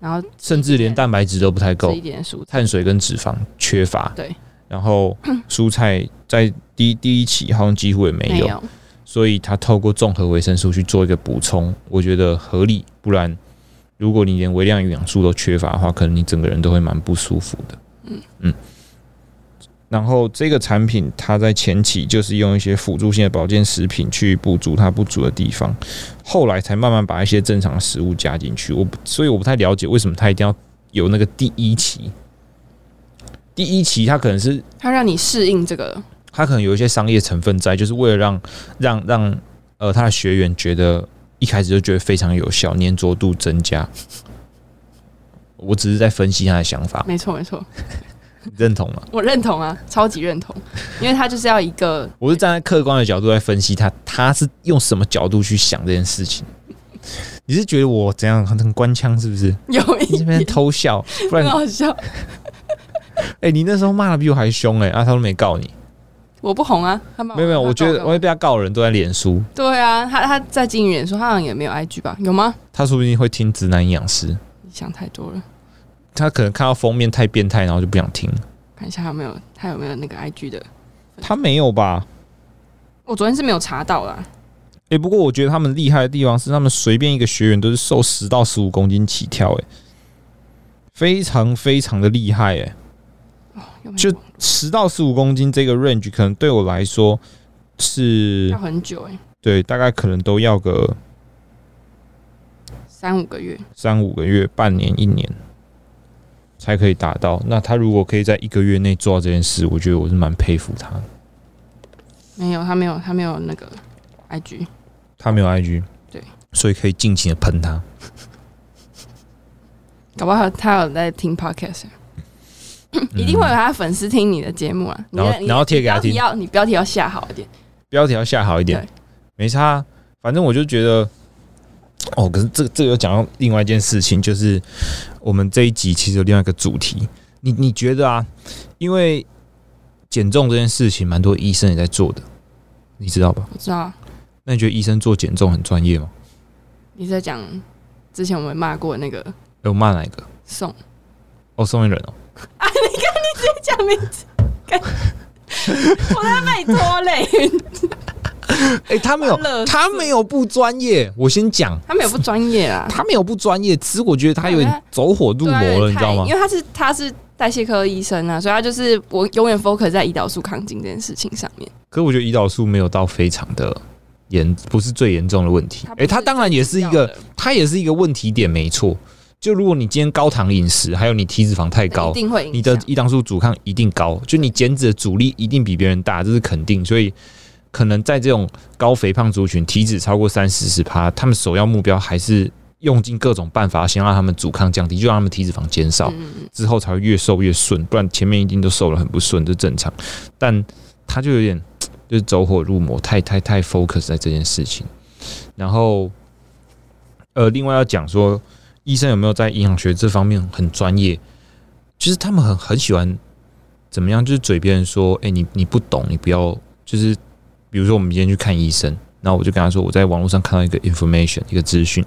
Speaker 2: 然后
Speaker 1: 甚至连蛋白质都不太
Speaker 2: 吃
Speaker 1: 够
Speaker 2: 一，点蔬菜，
Speaker 1: 碳水跟脂肪缺乏。
Speaker 2: 对，
Speaker 1: 然后蔬菜在第第一期好像几乎也没
Speaker 2: 没
Speaker 1: 有，
Speaker 2: 有，
Speaker 1: 所以它透过综合维生素去做一个补充，我觉得合理。不然，如果你连微量营养素都缺乏的话，可能你整个人都会蛮不舒服的。嗯嗯。然后这个产品它在前期就是用一些辅助性的保健食品去补足它不足的地方，后来才慢慢把一些正常的食物加进去。我不所以我不太了解为什么它一定要有那个第一期。第一期它可能是
Speaker 2: 它让你适应这个，
Speaker 1: 他可能有一些商业成分在，就是为了让让让呃他的学员觉得一开始就觉得非常有效，粘着度增加。我只是在分析他的想法，
Speaker 2: 没错没错，
Speaker 1: 你认同吗？
Speaker 2: 我认同啊，超级认同，因为它就是要一个
Speaker 1: 我是站在客观的角度在分析他，他是用什么角度去想这件事情？你是觉得我怎样很很官腔是不是？
Speaker 2: 有一
Speaker 1: 你 这边
Speaker 2: 点
Speaker 1: 偷笑，不然哎、
Speaker 2: 很好笑，
Speaker 1: 你那时候骂的比我还凶哎、啊他都没告你，
Speaker 2: 我不红啊，他们
Speaker 1: 没有没有，我觉得万一被他告的人都在脸书，
Speaker 2: 对啊，他他在经营人说他好像也没有 IG 吧？有吗？
Speaker 1: 他说不定会听直男营养师，
Speaker 2: 你想太多了，
Speaker 1: 他可能看到封面太变态，然后就不想听。
Speaker 2: 看一下他有没有他有没有那个 IG 的，
Speaker 1: 他没有吧？
Speaker 2: 我昨天是没有查到啦，
Speaker 1: 诶，不过我觉得他们厉害的地方是，他们随便一个学员都是瘦十到十五公斤起跳、诶，非常非常的厉害、诶，
Speaker 2: 有哦没有
Speaker 1: 就十到十五公斤这个 range 可能对我来说是
Speaker 2: 要很久哎、
Speaker 1: 对，大概可能都要个
Speaker 2: 三五个月，
Speaker 1: 三五个月、半年、一年才可以达到。那他如果可以在一个月内做到这件事，我觉得我是蛮佩服他的。
Speaker 2: 没有他没有他没有那个 IG，
Speaker 1: 他没有 IG，
Speaker 2: 对，
Speaker 1: 所以可以尽情的喷他。
Speaker 2: 搞不好他有在听 podcast，、一定会有他的粉丝听你的节目啊，你
Speaker 1: 嗯
Speaker 2: 的
Speaker 1: 然后
Speaker 2: 你的
Speaker 1: 然后贴给他
Speaker 2: 标题
Speaker 1: 听
Speaker 2: 要你标题要下好一点，
Speaker 1: 标题要下好一点
Speaker 2: 对，
Speaker 1: 没差啊。反正我就觉得，哦，可是这这个又讲到另外一件事情，就是我们这一集其实有另外一个主题。你你觉得啊？因为减重这件事情，蛮多医生也在做的，你知道吧？
Speaker 2: 我知道啊
Speaker 1: 那你觉得医生做减重很专业吗？
Speaker 2: 你在讲之前我们骂过那个
Speaker 1: 有骂哪一个？
Speaker 2: 宋，
Speaker 1: 哦，宋一人哦，
Speaker 2: 讲名字，干我在被拖累，嗯
Speaker 1: 哎、他没有
Speaker 2: 完了，
Speaker 1: 他没有不专业。我先讲，
Speaker 2: 他们也不专业啊。
Speaker 1: 他没有不专业，只是我觉得他有
Speaker 2: 对啊
Speaker 1: 点走火入
Speaker 2: 对
Speaker 1: 魔
Speaker 2: 啊
Speaker 1: 了，你知道
Speaker 2: 太
Speaker 1: 吗
Speaker 2: 因？为他是他是代谢科医生啊，所以他就是我永远 focus 在胰岛素抗进这件事情上面。
Speaker 1: 可是我觉得胰岛素没有到非常的严，不是最严重的问题。诶、它当然也是一个，它也是一个问题点，没错。就如果你今天高糖饮食，还有你体脂肪太
Speaker 2: 高，
Speaker 1: 高
Speaker 2: 一，定会影响
Speaker 1: 你的胰岛素阻抗一定高，就你减脂的阻力一定比别人大，这是肯定。所以可能在这种高肥胖族群，体脂超过三四十趴，他们首要目标还是用尽各种办法，先让他们阻抗降低，就让他们体脂肪减少。
Speaker 2: 嗯嗯
Speaker 1: 之后才会越瘦越顺，不然前面一定都瘦了很不顺，这正常。但他就有点就是走火入魔，太太太 focus 在这件事情。然后，呃，另外要讲说，医生有没有在营养学这方面很专业？其实他们很很喜欢怎么样，就是嘴别人说，哎、你你不懂，你不要就是，比如说我们今天去看医生，然后我就跟他说，我在网络上看到一个 information 一个资讯，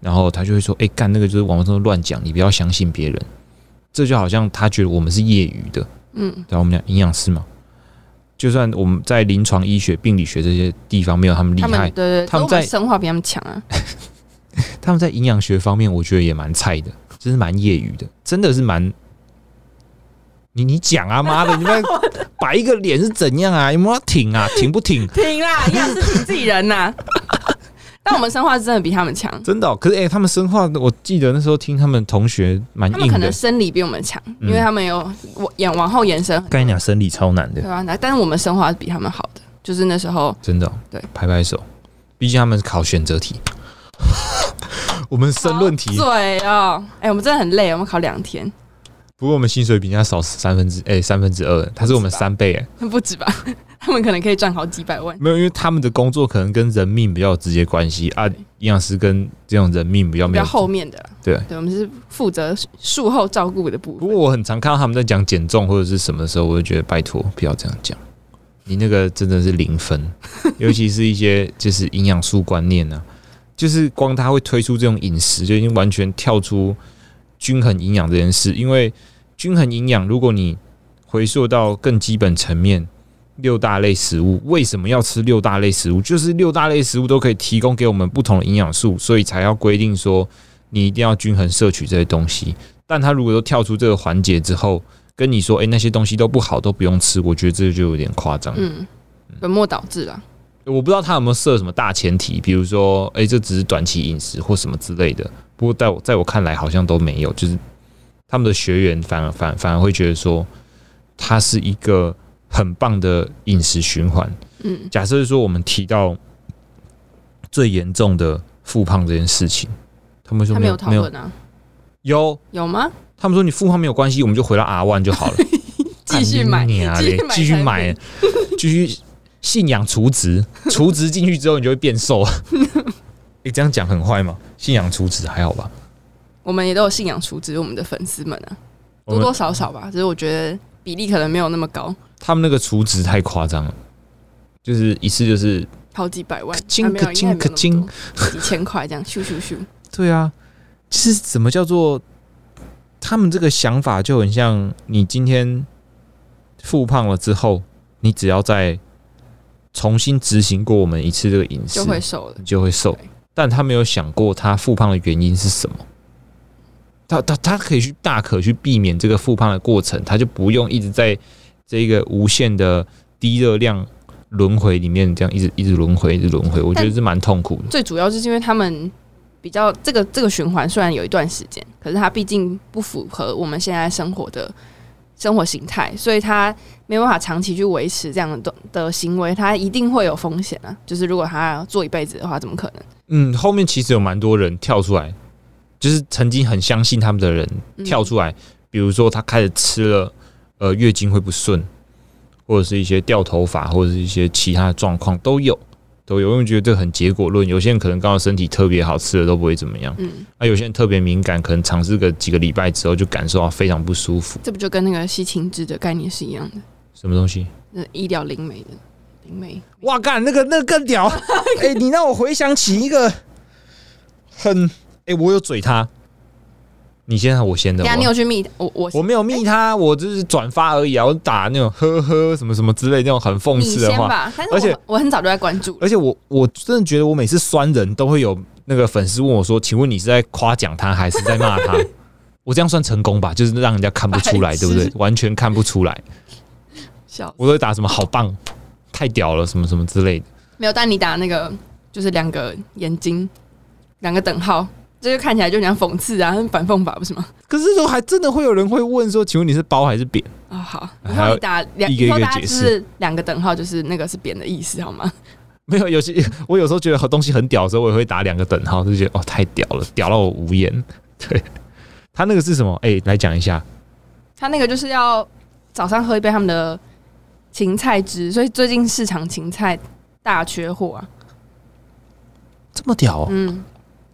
Speaker 1: 然后他就会说，哎、干那个就是网络上乱讲，你不要相信别人。这就好像他觉得我们是业余的，
Speaker 2: 嗯嗯，
Speaker 1: 对、啊、我们讲营养师嘛，就算我们在临床医学、病理学这些地方没有他们厉
Speaker 2: 他
Speaker 1: 害，
Speaker 2: 们对对对，
Speaker 1: 他们
Speaker 2: 所以我
Speaker 1: 在
Speaker 2: 生化比他们强 啊，
Speaker 1: 他们在营养学方面，我觉得也蛮菜的，真是蛮业余的，真的是蛮……你你讲啊，妈 的，你们摆一个脸是怎样啊？有没有要挺啊？挺不挺？
Speaker 2: 停啦，一样是挺自己人呐、 但我们生化是真的比他们强，
Speaker 1: 真的哦、可是哎、欸他们生化，我记得那时候听他们同学蛮
Speaker 2: 他们可
Speaker 1: 硬
Speaker 2: 能
Speaker 1: 的，
Speaker 2: 生理比我们强，
Speaker 1: 嗯
Speaker 2: 因为他们有我演往后延伸，
Speaker 1: 跟你讲生理超难的
Speaker 2: 对，吧、那但是我们生化是比他们好的，就是那时候
Speaker 1: 真的哦、
Speaker 2: 对，
Speaker 1: 拍拍手，毕竟他们是考选择 题，我们申论题
Speaker 2: 对哦，哎、我们真的很累，我们考两天，
Speaker 1: 不过我们薪水比人家少三分之哎、三分之二，他是我们三倍哎、
Speaker 2: 不止吧？ 他们可能可以赚好几百万。
Speaker 1: 没有，因为他们的工作可能跟人命比较有直接关系啊，
Speaker 2: 对
Speaker 1: 营养师跟这种人命比较
Speaker 2: 比
Speaker 1: 没
Speaker 2: 较
Speaker 1: 有。
Speaker 2: 后面的啦，
Speaker 1: 对
Speaker 2: 对，我们是负责术后照顾的部
Speaker 1: 不
Speaker 2: 分。
Speaker 1: 过我很常看到他们在讲减重或者是什么的时候，我就觉得拜托不要这样讲，你那个真的是零 分，尤其是一些就是营养素观念啊，就是光他会推出这种饮食就已经完全跳出均衡营养这件事，因为均衡营养，如果你回溯到更基本层面，六大类食物为什么要吃六大类食物？就是六大类食物都可以提供给我们不同的营养素，所以才要规定说你一定要均衡摄取这些东西。但他如果都跳出这个环节之后，跟你说，诶、哎那些东西都不好，都不用吃，我觉得这就有点夸张。
Speaker 2: 嗯，本末倒置了。
Speaker 1: 我不知道他有没有设什么大前提，比如说，诶，这只是短期饮食或什么之类的。不过在我在我看来，好像都没有，就是他们的学员反而反反而会觉得说，它是一个很棒的饮食循环。
Speaker 2: 嗯
Speaker 1: 假设说我们提到最严重的复胖这件事情，他们说
Speaker 2: 他
Speaker 1: 没
Speaker 2: 没
Speaker 1: 有
Speaker 2: 有讨论啊，
Speaker 1: 有，啊
Speaker 2: 有吗？
Speaker 1: 他们说你复胖没有关系，我们就回到 R one 就好了，
Speaker 2: 继续买
Speaker 1: 干你娘
Speaker 2: 继续
Speaker 1: 嘞
Speaker 2: 买
Speaker 1: 继续
Speaker 2: 产
Speaker 1: 买
Speaker 2: 品，
Speaker 1: 继续信仰除 值，除值进去之后你就会变 瘦。你、这样讲很坏吗？信仰除值还好吧？
Speaker 2: 我们也都有信仰出资，我们的粉丝们啊，
Speaker 1: 我
Speaker 2: 多
Speaker 1: 们
Speaker 2: 多少少吧。只是我觉得比例可能没有那么高，
Speaker 1: 他们那个除值太夸张了，就是一次就是
Speaker 2: 好几百万，
Speaker 1: 亲
Speaker 2: 啊没有
Speaker 1: 可亲
Speaker 2: 应该没有那么
Speaker 1: 可亲
Speaker 2: 多几千块这样，咻咻咻。
Speaker 1: 对啊，其实怎么叫做他们这个想法就很像你今天复胖了之后，你只要再重新执行过我们一次这个饮食，
Speaker 2: 就会瘦了。
Speaker 1: 你就会瘦
Speaker 2: 对。
Speaker 1: 但他没有想过他复胖的原因是什么。他他他可以去大可去避免这个复胖的过程，他就不用一直在这个无限的低热量轮回里面这样一直一直轮回，一直轮回。我觉得是蛮痛苦的。
Speaker 2: 最主要就是因为他们比较这个这个循环虽然有一段时间，可是它毕竟不符合我们现在生活的生活形态，所以它没有办法长期去维持这样的动的行为，它一定会有风险啊。就是如果他要做一辈子的话，怎么可能？
Speaker 1: 嗯，后面其实有蛮多人跳出来，就是曾经很相信他们的人
Speaker 2: 嗯
Speaker 1: 跳出来，比如说他开始吃了，呃，月经会不顺，或者是一些掉头发，或者是一些其他的状况都有，都有。因为觉得这个很结果论，有些人可能刚好身体特别好，吃了都不会怎么样，
Speaker 2: 嗯，
Speaker 1: 啊，有些人特别敏感，可能尝试个几个礼拜之后就感受到非常不舒服。
Speaker 2: 这不就跟那个西芹汁的概念是一样的，
Speaker 1: 什么东西？
Speaker 2: 那医疗灵媒的灵媒。
Speaker 1: 哇，干那个那个更 屌！哎、你让我回想起一个很哎、我有嘴他，你先，我先的
Speaker 2: 等
Speaker 1: 好
Speaker 2: 一下
Speaker 1: 不好。
Speaker 2: 你有去密我我
Speaker 1: 我没有密他，我只是转发而已啊，我打那种呵呵什么什么之类那种很讽
Speaker 2: 你
Speaker 1: 刺的
Speaker 2: 先
Speaker 1: 话。
Speaker 2: 吧，但是
Speaker 1: 而且
Speaker 2: 我我很早就在关注 了，
Speaker 1: 而且我我真的觉得我每次酸人都会有那个粉丝问我说：“请问你是在夸奖他还是在骂他？”我这样算成功吧？就是让人家看不出来，
Speaker 2: 白痴
Speaker 1: 对不对？完全看不出来。
Speaker 2: 笑死
Speaker 1: 我都会打什么好棒、太屌了什么什么之类的。
Speaker 2: 没有，但你打那个就是两个眼睛，两个等号，这就看起来就很像讽刺啊，很反讽法不是吗？
Speaker 1: 可是说还真的会有人会问说：“请问你是包还是扁
Speaker 2: 啊、好，以
Speaker 1: 还
Speaker 2: 后
Speaker 1: 要
Speaker 2: 你打两，
Speaker 1: 一个一
Speaker 2: 以后
Speaker 1: 个
Speaker 2: 大家
Speaker 1: 解
Speaker 2: 就是两个等号，就是那个是扁的意思，好吗？？”
Speaker 1: 没有，有些我有时候觉得东西很屌的时候，我也会打两个等号，就觉得哦太屌了，屌到我无言。 对他那个是什么？哎、来讲一下。
Speaker 2: 他那个就是要早上喝一杯他们的芹菜汁，所以最近市场芹菜大缺货啊。
Speaker 1: 这么屌、哦？
Speaker 2: 嗯，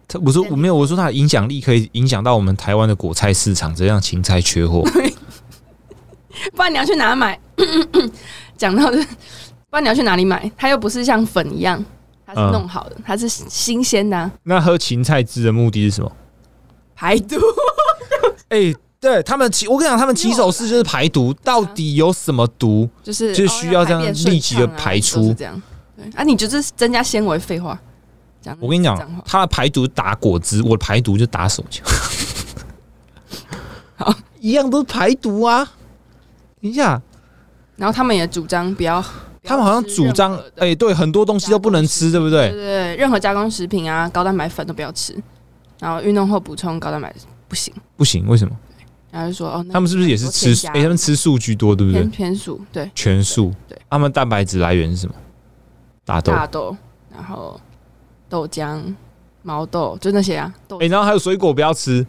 Speaker 1: 他我说我没有，我说它的影响力可以影响到我们台湾的果菜市场，这样芹菜缺 货。
Speaker 2: 不然你要去哪买？ 讲到这，不然你要去哪里买？它又不是像粉一样，它是
Speaker 1: 嗯
Speaker 2: 弄好的，它是新鲜的啊、
Speaker 1: 那喝芹菜汁的目的是什么？
Speaker 2: 排毒。
Speaker 1: 哎、对他们骑，我跟你讲，他们骑手式就是排毒，到底有什么毒？
Speaker 2: 就是
Speaker 1: 就是
Speaker 2: 哦
Speaker 1: 需要这样
Speaker 2: 排便顺
Speaker 1: 立即地
Speaker 2: 畅啊
Speaker 1: 排出
Speaker 2: 都是这样。对啊，你就是增加纤维，废话。嗯讲
Speaker 1: 我跟你
Speaker 2: 脏
Speaker 1: 讲
Speaker 2: 话，
Speaker 1: 他的排毒打果汁，我的排毒就打手枪。
Speaker 2: 好，
Speaker 1: 一样都是排毒啊！等一下，
Speaker 2: 然后他们也主张不要，
Speaker 1: 他们好像
Speaker 2: 不要吃
Speaker 1: 主张
Speaker 2: 任何，的
Speaker 1: 哎、对，很多东西都不能吃，对不
Speaker 2: 对
Speaker 1: 对？
Speaker 2: 对对，任何加工食品啊、高蛋白粉都不要吃，然后运动后补充高蛋白不行，
Speaker 1: 不行，为什么？
Speaker 2: 然后就说哦，那
Speaker 1: 他们是不是也是
Speaker 2: 很多
Speaker 1: 吃
Speaker 2: 添？加
Speaker 1: 哎、他们吃素居多，对不对
Speaker 2: 偏？偏素对
Speaker 1: 全素。啊
Speaker 2: 对对
Speaker 1: 他们蛋白质来源是什么？大豆。
Speaker 2: 大豆，然后豆浆、毛豆，就那些啊，豆
Speaker 1: 哎、然后还有水果不要吃。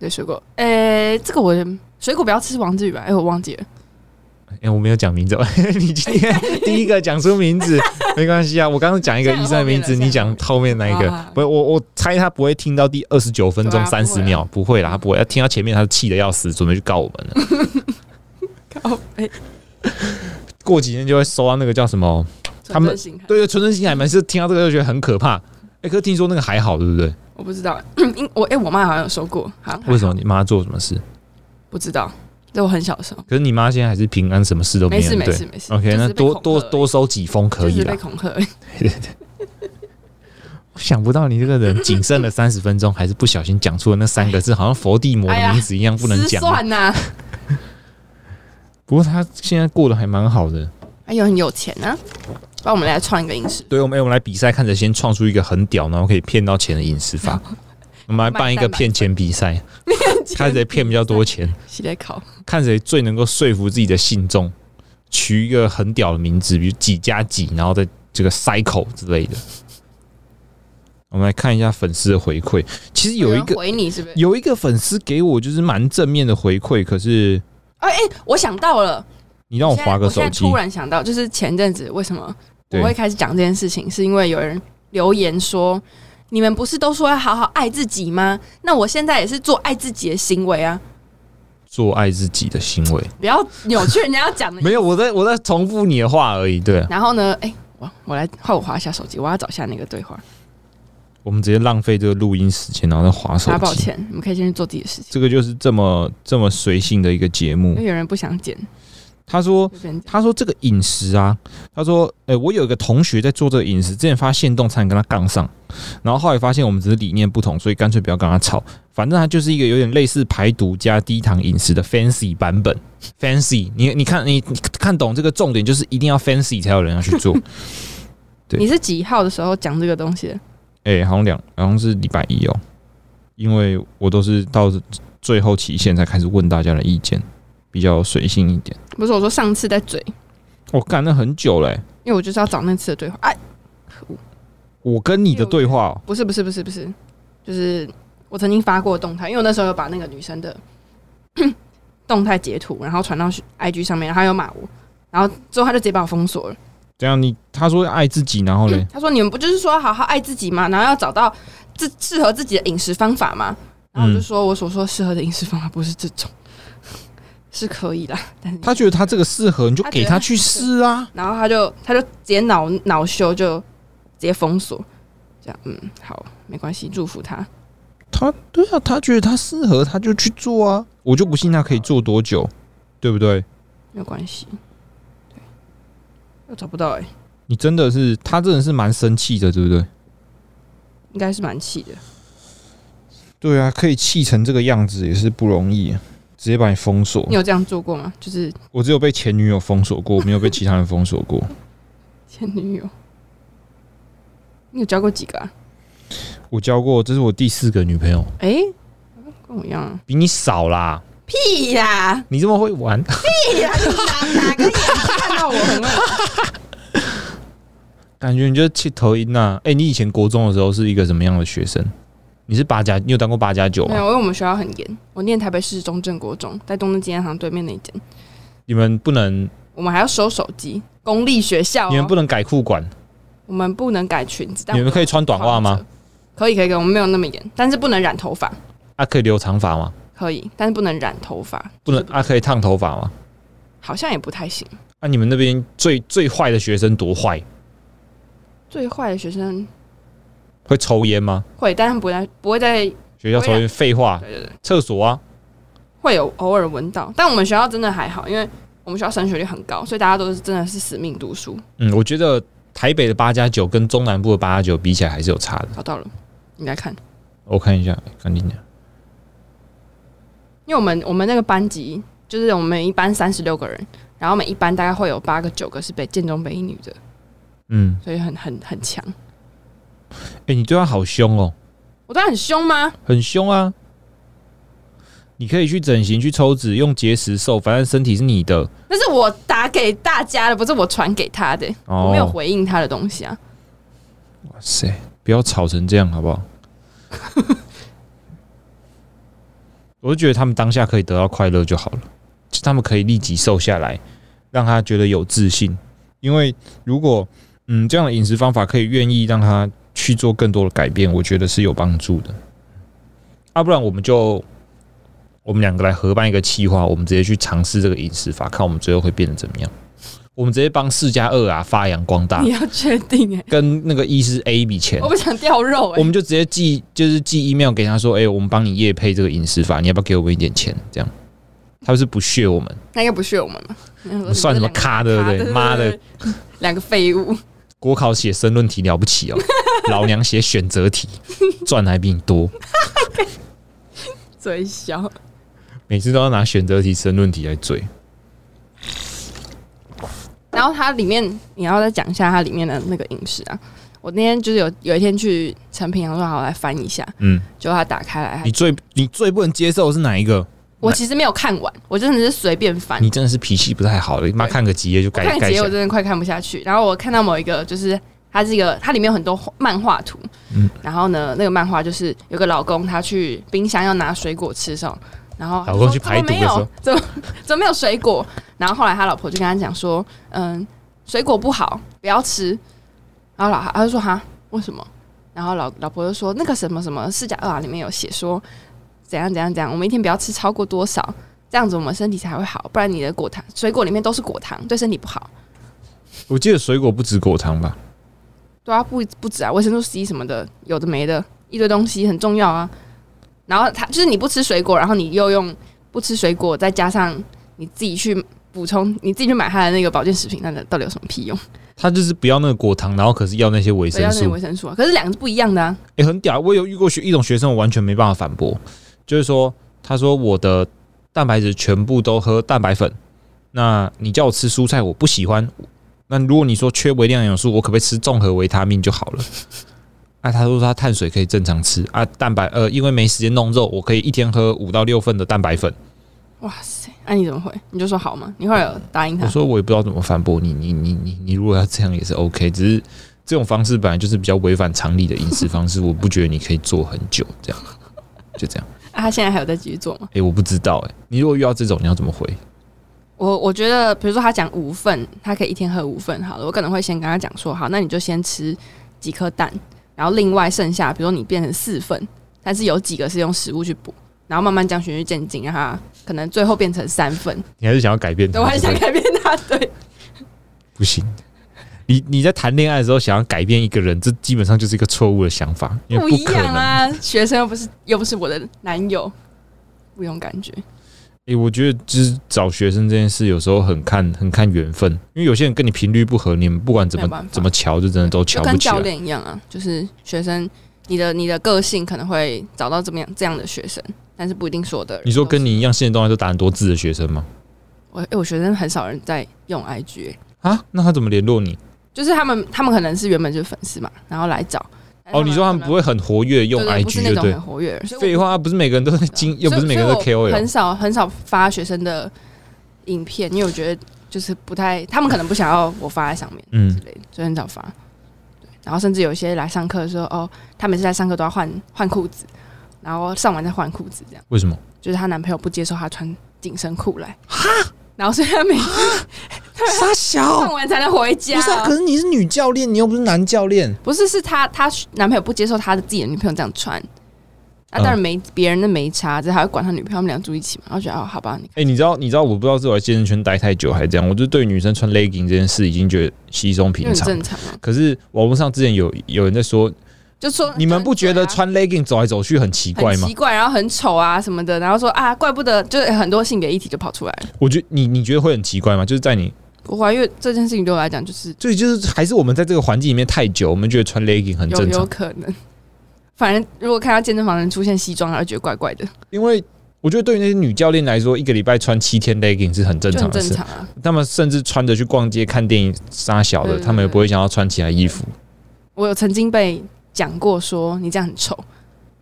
Speaker 2: 对水果，呃，这个我水果不要吃，王志宇吧？哎，我忘记了，
Speaker 1: 哎、我没有讲名字， 你今天第一个讲出名字， 没关系啊。我刚刚讲一个医生的名字，
Speaker 2: 现在后面了
Speaker 1: 你讲后面那一
Speaker 2: 好好
Speaker 1: 个
Speaker 2: 好。
Speaker 1: 不，我我猜他不会听到第二十九分
Speaker 2: 对
Speaker 1: 钟
Speaker 2: 啊
Speaker 1: 三十
Speaker 2: 不会啊
Speaker 1: 秒，不会啦，他不会。他听到前面，他气得要死，准备去告我们了。
Speaker 2: 哦，哎，
Speaker 1: 过几天就会收到那个叫什么？他们
Speaker 2: 纯正型
Speaker 1: 对对，纯真心海蛮是听到这个就觉得很可怕。哎、可是听说那个还好，对不对？
Speaker 2: 我不知道， 因我哎、我妈好像有说过，好像
Speaker 1: 为什么你妈做什么事？
Speaker 2: 不知道，在我很小的时候，
Speaker 1: 可是你妈现在还是平安，什么事都
Speaker 2: 没
Speaker 1: 有。
Speaker 2: 事没
Speaker 1: 对
Speaker 2: 事没事。
Speaker 1: OK，
Speaker 2: 就是
Speaker 1: 那
Speaker 2: 被
Speaker 1: 多
Speaker 2: 恐吓
Speaker 1: 多
Speaker 2: 而已
Speaker 1: 多收几封可以
Speaker 2: 就是被
Speaker 1: 了。
Speaker 2: 恐吓而已，
Speaker 1: 想不到你这个人仅剩了三十分钟，还是不小心讲出了那三个字，好像佛地魔
Speaker 2: 哎
Speaker 1: 的
Speaker 2: 呀
Speaker 1: 名字一样，不能
Speaker 2: 失
Speaker 1: 讲。
Speaker 2: 算啊呐、
Speaker 1: 不过他现在过得还蛮好的。
Speaker 2: 哎呦，很有钱啊！帮我们来创一个饮食，
Speaker 1: 对，我们、哎我们来比赛，看着先创出一个很屌，然后可以骗到钱的饮食 法。我们来办一个骗钱比赛，看谁骗比较多钱，
Speaker 2: 系列烤。
Speaker 1: 看谁最能够说服自己的信众，取一个很屌的名字，比如几加几，然后再这个 cycle 之类的。我们来看一下粉丝的回馈，其实有一
Speaker 2: 人
Speaker 1: 个
Speaker 2: 回你是不是？
Speaker 1: 有一个粉丝给我就是蛮正面的回馈，可是
Speaker 2: 哎哎、我想到了，
Speaker 1: 你让我划个手
Speaker 2: 现在
Speaker 1: 机
Speaker 2: 突，然想到，就是前阵子为什么我
Speaker 1: 对
Speaker 2: 会开始讲这件事情，是因为有人留言说，你们不是都说要好好爱自己吗？那我现在也是做爱自己的行为啊，
Speaker 1: 做爱自己的行为，
Speaker 2: 不要扭曲人家要讲的。
Speaker 1: 没有，我在我在重复你的话而已。对，
Speaker 2: 然后呢，哎、我我来换我划一下手机，我要找一下那个对话。
Speaker 1: 我们直接浪费这个录音时间，然后再划手
Speaker 2: 大家啊抱
Speaker 1: 机。
Speaker 2: 歉，你们可以先去做自己的事情，
Speaker 1: 这个就是这么这么随性的一个节目
Speaker 2: 因为。有人不想剪，
Speaker 1: 他说
Speaker 2: 就边
Speaker 1: 他说这个饮食啊，他说，诶、我有一个同学在做这个饮食，之前发现动餐跟他杠上，然后后来发现我们只是理念不同，所以干脆不要跟他吵。反正他就是一个有点类似排毒加低糖饮食的 fancy 版本，fancy 你你看你你看懂这个重点就是一定要 fancy 才有人要去做。对
Speaker 2: 你是几号的时候讲这个东西的？
Speaker 1: 诶、哎好像两好像是礼拜一哦，因为我都是到最后期限才开始问大家的意见，比较随性一点。
Speaker 2: 不是我说上次在嘴，
Speaker 1: 我、干了很久嘞、
Speaker 2: 因为我就是要找那次的对话。哎、
Speaker 1: 我跟你的对话哦、
Speaker 2: 不是不是不是不是，就是我曾经发过动态，因为我那时候有把那个女生的 动态截图，然后传到 IG 上面，然后她有骂我，然后之后她就直接把我封锁了。
Speaker 1: 这样你他说爱自己，然后 嘞，
Speaker 2: 她说：“你们不就是说好好爱自己吗？然后要找到自适合自己的饮食方法吗？”然后我就
Speaker 1: 嗯
Speaker 2: 说：“我所说适合的饮食方法不是这种， 是可以啦。”但是
Speaker 1: 他觉得他这个适合，你就
Speaker 2: 他
Speaker 1: 给
Speaker 2: 觉得
Speaker 1: 他
Speaker 2: 他
Speaker 1: 去试啊。
Speaker 2: 然后他就他就直接恼恼羞，就直接封锁，这样嗯，好，没关系，祝福他。
Speaker 1: 他对啊，他觉得他适合，他就去做啊。我就不信他可以做多久，对不对？
Speaker 2: 没有关系。对，我找不到哎、
Speaker 1: 你真的是，他真的是蛮生气的，对不对？
Speaker 2: 应该是蛮气的。
Speaker 1: 对啊，可以气成这个样子也是不容易、啊，直接把你封锁
Speaker 2: 你。有这样做过吗？就是
Speaker 1: 我只有被前女友封锁过，我没有被其他人封锁过。
Speaker 2: 前女友，你有交过几个啊？
Speaker 1: 我交过，这是我第四个女朋友，
Speaker 2: 哎、跟我一样、啊。
Speaker 1: 比你少啦。
Speaker 2: 屁呀！
Speaker 1: 你这么会玩，
Speaker 2: 屁呀！你哪哪个眼看到我很恶？
Speaker 1: 感觉你就是气头音呐、哎、你以前国中的时候是一个什么样的学生？你是八加，你有当过八加九
Speaker 2: 没
Speaker 1: 吗
Speaker 2: 有，？因为我们学校很严。我念台北市中正国中，在东正纪念堂对面那一间，
Speaker 1: 你们不能，
Speaker 2: 我们还要收手机。公立学校、哦，
Speaker 1: 你们不能改裤管，
Speaker 2: 我们不能改裙子，但
Speaker 1: 你们可以穿短袜
Speaker 2: 我
Speaker 1: 吗
Speaker 2: 们？可以可以可以，我们没有那么严，但是不能染头发，
Speaker 1: 啊，可以留长发吗？
Speaker 2: 可以，但是不能染头发，
Speaker 1: 不能啊，可以烫头发吗？
Speaker 2: 好像也不太行。
Speaker 1: 啊，你们那边最最坏的学生多坏，
Speaker 2: 最坏的学生
Speaker 1: 会抽烟吗？
Speaker 2: 会，但他们不会不会在
Speaker 1: 学校抽
Speaker 2: 会
Speaker 1: 烟，废话
Speaker 2: 对对对，
Speaker 1: 厕所啊，
Speaker 2: 会有偶尔闻到，但我们学校真的还好，因为我们学校升学率很高，所以大家都是真的是死命读书。
Speaker 1: 嗯，我觉得台北的八加九跟中南部的八加九比起来还是有差的。
Speaker 2: 找到了，你来看，
Speaker 1: 我看一下，赶紧讲，
Speaker 2: 因为我们我们那个班级就是我们一班三十六个人，然后每一班大概会有八个九个是北建中北一女的，
Speaker 1: 嗯，
Speaker 2: 所以很很很强。
Speaker 1: 哎、你对他好凶哦，
Speaker 2: 我对他很凶吗？
Speaker 1: 很凶啊！你可以去整形、去抽脂、用节食瘦，反正身体是你的
Speaker 2: 那是我打给大家的，不是我传给他的、
Speaker 1: 哦。
Speaker 2: 我没有回应他的东西啊。
Speaker 1: 哇塞，不要吵成这样好不好？我就觉得他们当下可以得到快乐就好了，就他们可以立即瘦下来，让他觉得有自信。因为如果嗯这样的饮食方法可以愿意让他去做更多的改变，我觉得是有帮助的。啊，不然我们就我们两个来合办一个企划，我们直接去尝试这个饮食法，看我们最后会变得怎么样。我们直接帮四加二啊发扬光 大
Speaker 2: 你，要确定哎、
Speaker 1: 跟那个医师 A 比钱
Speaker 2: 我。不想掉肉哎、
Speaker 1: 我们就直接寄，就是寄 email 给他说，哎、我们帮你业配这个饮食法，你要不要给我们一点钱？这样，他是不屑我们，
Speaker 2: 那应该不屑我们啊吧？
Speaker 1: 们算什么咖对不对妈的，
Speaker 2: 两个废物，
Speaker 1: 国考写申论题了不 起哦，老娘写选择题，赚的还比你多，
Speaker 2: 最小。
Speaker 1: 每次都要拿选择题、申论题来追。
Speaker 2: 然后它里面，你要再讲一下它里面的那个饮食啊。我那天就是有有一天去陈平阳说好我来翻一下，
Speaker 1: 嗯，
Speaker 2: 结果他打开来
Speaker 1: 你，最你最不能接受的是哪一个？
Speaker 2: 我其实没有看完，我真的是随便翻。
Speaker 1: 你真的是脾气不太好了，你妈看个几页就
Speaker 2: 我
Speaker 1: 盖
Speaker 2: 看
Speaker 1: 盖
Speaker 2: 结
Speaker 1: 起
Speaker 2: 我
Speaker 1: 来。
Speaker 2: 真的快看不下去。然后我看到某一个，就是它是一个，它里面有很多漫画图，
Speaker 1: 嗯
Speaker 2: 然后呢，那个漫画就是有个老公，他去冰箱要拿水果吃的时候，然后他
Speaker 1: 老公
Speaker 2: 说
Speaker 1: 去排毒的时候
Speaker 2: 怎么没有，怎么怎么没有水果？然后后来他老婆就跟他讲说，嗯，水果不好，不要吃。然后老他就说哈，为什么？然后老老婆就说那个什么什么四加二啊，里面有写说怎样怎样怎样，我们一天不要吃超过多少，这样子我们身体才会好，不然你的果糖水果里面都是果糖，对身体不好。
Speaker 1: 我记得水果不止果糖吧？
Speaker 2: 对啊，不不止啊，维生素 C 什么的，有的没的，一堆东西很重要啊。然后它就是你不吃水果，然后你又用不吃水果，再加上你自己去补充，你自己去买它的那个保健食品，那到底有什么屁用？
Speaker 1: 他就是不要那个果糖，然后可是要那些维
Speaker 2: 对，要
Speaker 1: 生
Speaker 2: 那个
Speaker 1: 素。
Speaker 2: 维生素啊，可是两个是不一样的啊。
Speaker 1: 诶，很屌！我有遇过学一种学生，我完全没办法反驳，就是说，他说我的蛋白质全部都喝蛋白粉，那你叫我吃蔬菜，我不喜欢。那如果你说缺微量元素，我可不可以吃综合维他命就好了？ 啊，他说他碳水可以正常吃啊，蛋白呃，因为没时间弄肉，我可以一天喝五到六份的蛋白粉。
Speaker 2: 哇塞，那、你怎么回？你就说好吗？你后来有答应他
Speaker 1: 我？说我也不知道怎么反驳你，你你你你如果要这样也是 OK，只是这种方式本来就是比较违反常理的饮食方式，我不觉得你可以做很久这样，就这样。
Speaker 2: 啊，他现在还有在继续做吗？
Speaker 1: 诶，我不知道诶，你如果遇到这种，你要怎么回？
Speaker 2: 我我觉得，比如说他讲五份，他可以一天喝五份好了，我可能会先跟他讲说，好，那你就先吃几颗蛋，然后另外剩下，比如说你变成四份，但是有几个是用食物去补，然后慢慢这样循序渐进，让他可能最后变成三份。
Speaker 1: 你还是想要改变
Speaker 2: 对，我还想改变他，对，
Speaker 1: 不行。你你在谈恋爱的时候想要改变一个人，这基本上就是一个错误的想法，因为
Speaker 2: 不一
Speaker 1: 可
Speaker 2: 样
Speaker 1: 能。
Speaker 2: 啊，学生又不是又不是我的男友，不用感觉。
Speaker 1: 诶、我觉得就是找学生这件事，有时候很看很看缘分，因为有些人跟你频率不合，你们不管怎
Speaker 2: 没有办
Speaker 1: 么
Speaker 2: 法
Speaker 1: 怎么瞧，就真的都
Speaker 2: 就
Speaker 1: 瞧不
Speaker 2: 跟
Speaker 1: 起
Speaker 2: 教
Speaker 1: 来。
Speaker 2: 练一样啊，就是学生，你的你的个性可能会找到怎么样这样的学生，但是不一定所有的人都
Speaker 1: 你
Speaker 2: 是。
Speaker 1: 说跟你一样，现在动态都打很多字的学生吗？
Speaker 2: 我、欸我学生很少人在用 IG，欸、
Speaker 1: 啊，那他怎么联络你？
Speaker 2: 就是他们他们可能是原本就是粉丝嘛，然后来找。
Speaker 1: 哦，你说他们不会很活跃用
Speaker 2: 啊对对不是
Speaker 1: IG
Speaker 2: 那
Speaker 1: 就
Speaker 2: 种
Speaker 1: 对
Speaker 2: 很。活跃的人，所以我
Speaker 1: 废
Speaker 2: 啊
Speaker 1: 话，不是每个人都在经，又不是每个人都
Speaker 2: 所以我
Speaker 1: KOL
Speaker 2: 很。少很少发学生的影片，因为我觉得就是不太，他们可能不想要我发在上面之
Speaker 1: 嗯，
Speaker 2: 类的，所以很少发。对，然后甚至有一些来上课的时候，哦，他每次来上课都要换换裤子，然后上完再换裤子，这样
Speaker 1: 为 什么？
Speaker 2: 就是她男朋友不接受她穿紧身裤来，然后所以她每次
Speaker 1: 傻
Speaker 2: 换
Speaker 1: 小，
Speaker 2: 完才能回家、
Speaker 1: 不是啊？可是你是女教练，你又不是男教练。
Speaker 2: 不是，是她她男朋友不接受她的自己的女朋友这样穿，啊，
Speaker 1: 嗯
Speaker 2: 当然没别人的没差，这还会管他女朋友，他们俩住一起嘛，然后觉得哦，好吧，你
Speaker 1: 哎、你知道，你知道，我不知道是我在健身圈待太久还是这样，我就对女生穿 legging 这件事已经觉得稀松
Speaker 2: 就
Speaker 1: 平
Speaker 2: 很
Speaker 1: 常。
Speaker 2: 正常啊，
Speaker 1: 可是网络上之前有有人在说，
Speaker 2: 就说
Speaker 1: 你们不觉得
Speaker 2: 对啊
Speaker 1: 穿 legging 走来走去很奇怪
Speaker 2: 很
Speaker 1: 吗
Speaker 2: 奇？怪，然后很丑啊什么的，然后说啊，怪不得就是很多性别议题就跑出来了，
Speaker 1: 我觉得你你觉得会很奇怪吗？就是在你，
Speaker 2: 不会啊，因为这件事情对我来讲就是
Speaker 1: 所以就是还是我们在这个环境里面太久，我们觉得穿 legging 很
Speaker 2: 有
Speaker 1: 正
Speaker 2: 有
Speaker 1: 常。
Speaker 2: 可能。反正如果看到健身房的人出现西装，然后觉得怪怪的，
Speaker 1: 因为我觉得对于那些女教练来说，一个礼拜穿七天 legging 是很正
Speaker 2: 就
Speaker 1: 常
Speaker 2: 很
Speaker 1: 的
Speaker 2: 正
Speaker 1: 事。
Speaker 2: 常啊。
Speaker 1: 他们甚至穿着去逛街、看电影、杀小
Speaker 2: 对
Speaker 1: 的，
Speaker 2: 对
Speaker 1: 他们也
Speaker 2: 对
Speaker 1: 不会想要穿其他衣服。
Speaker 2: 我有曾经被讲过说你这样很丑，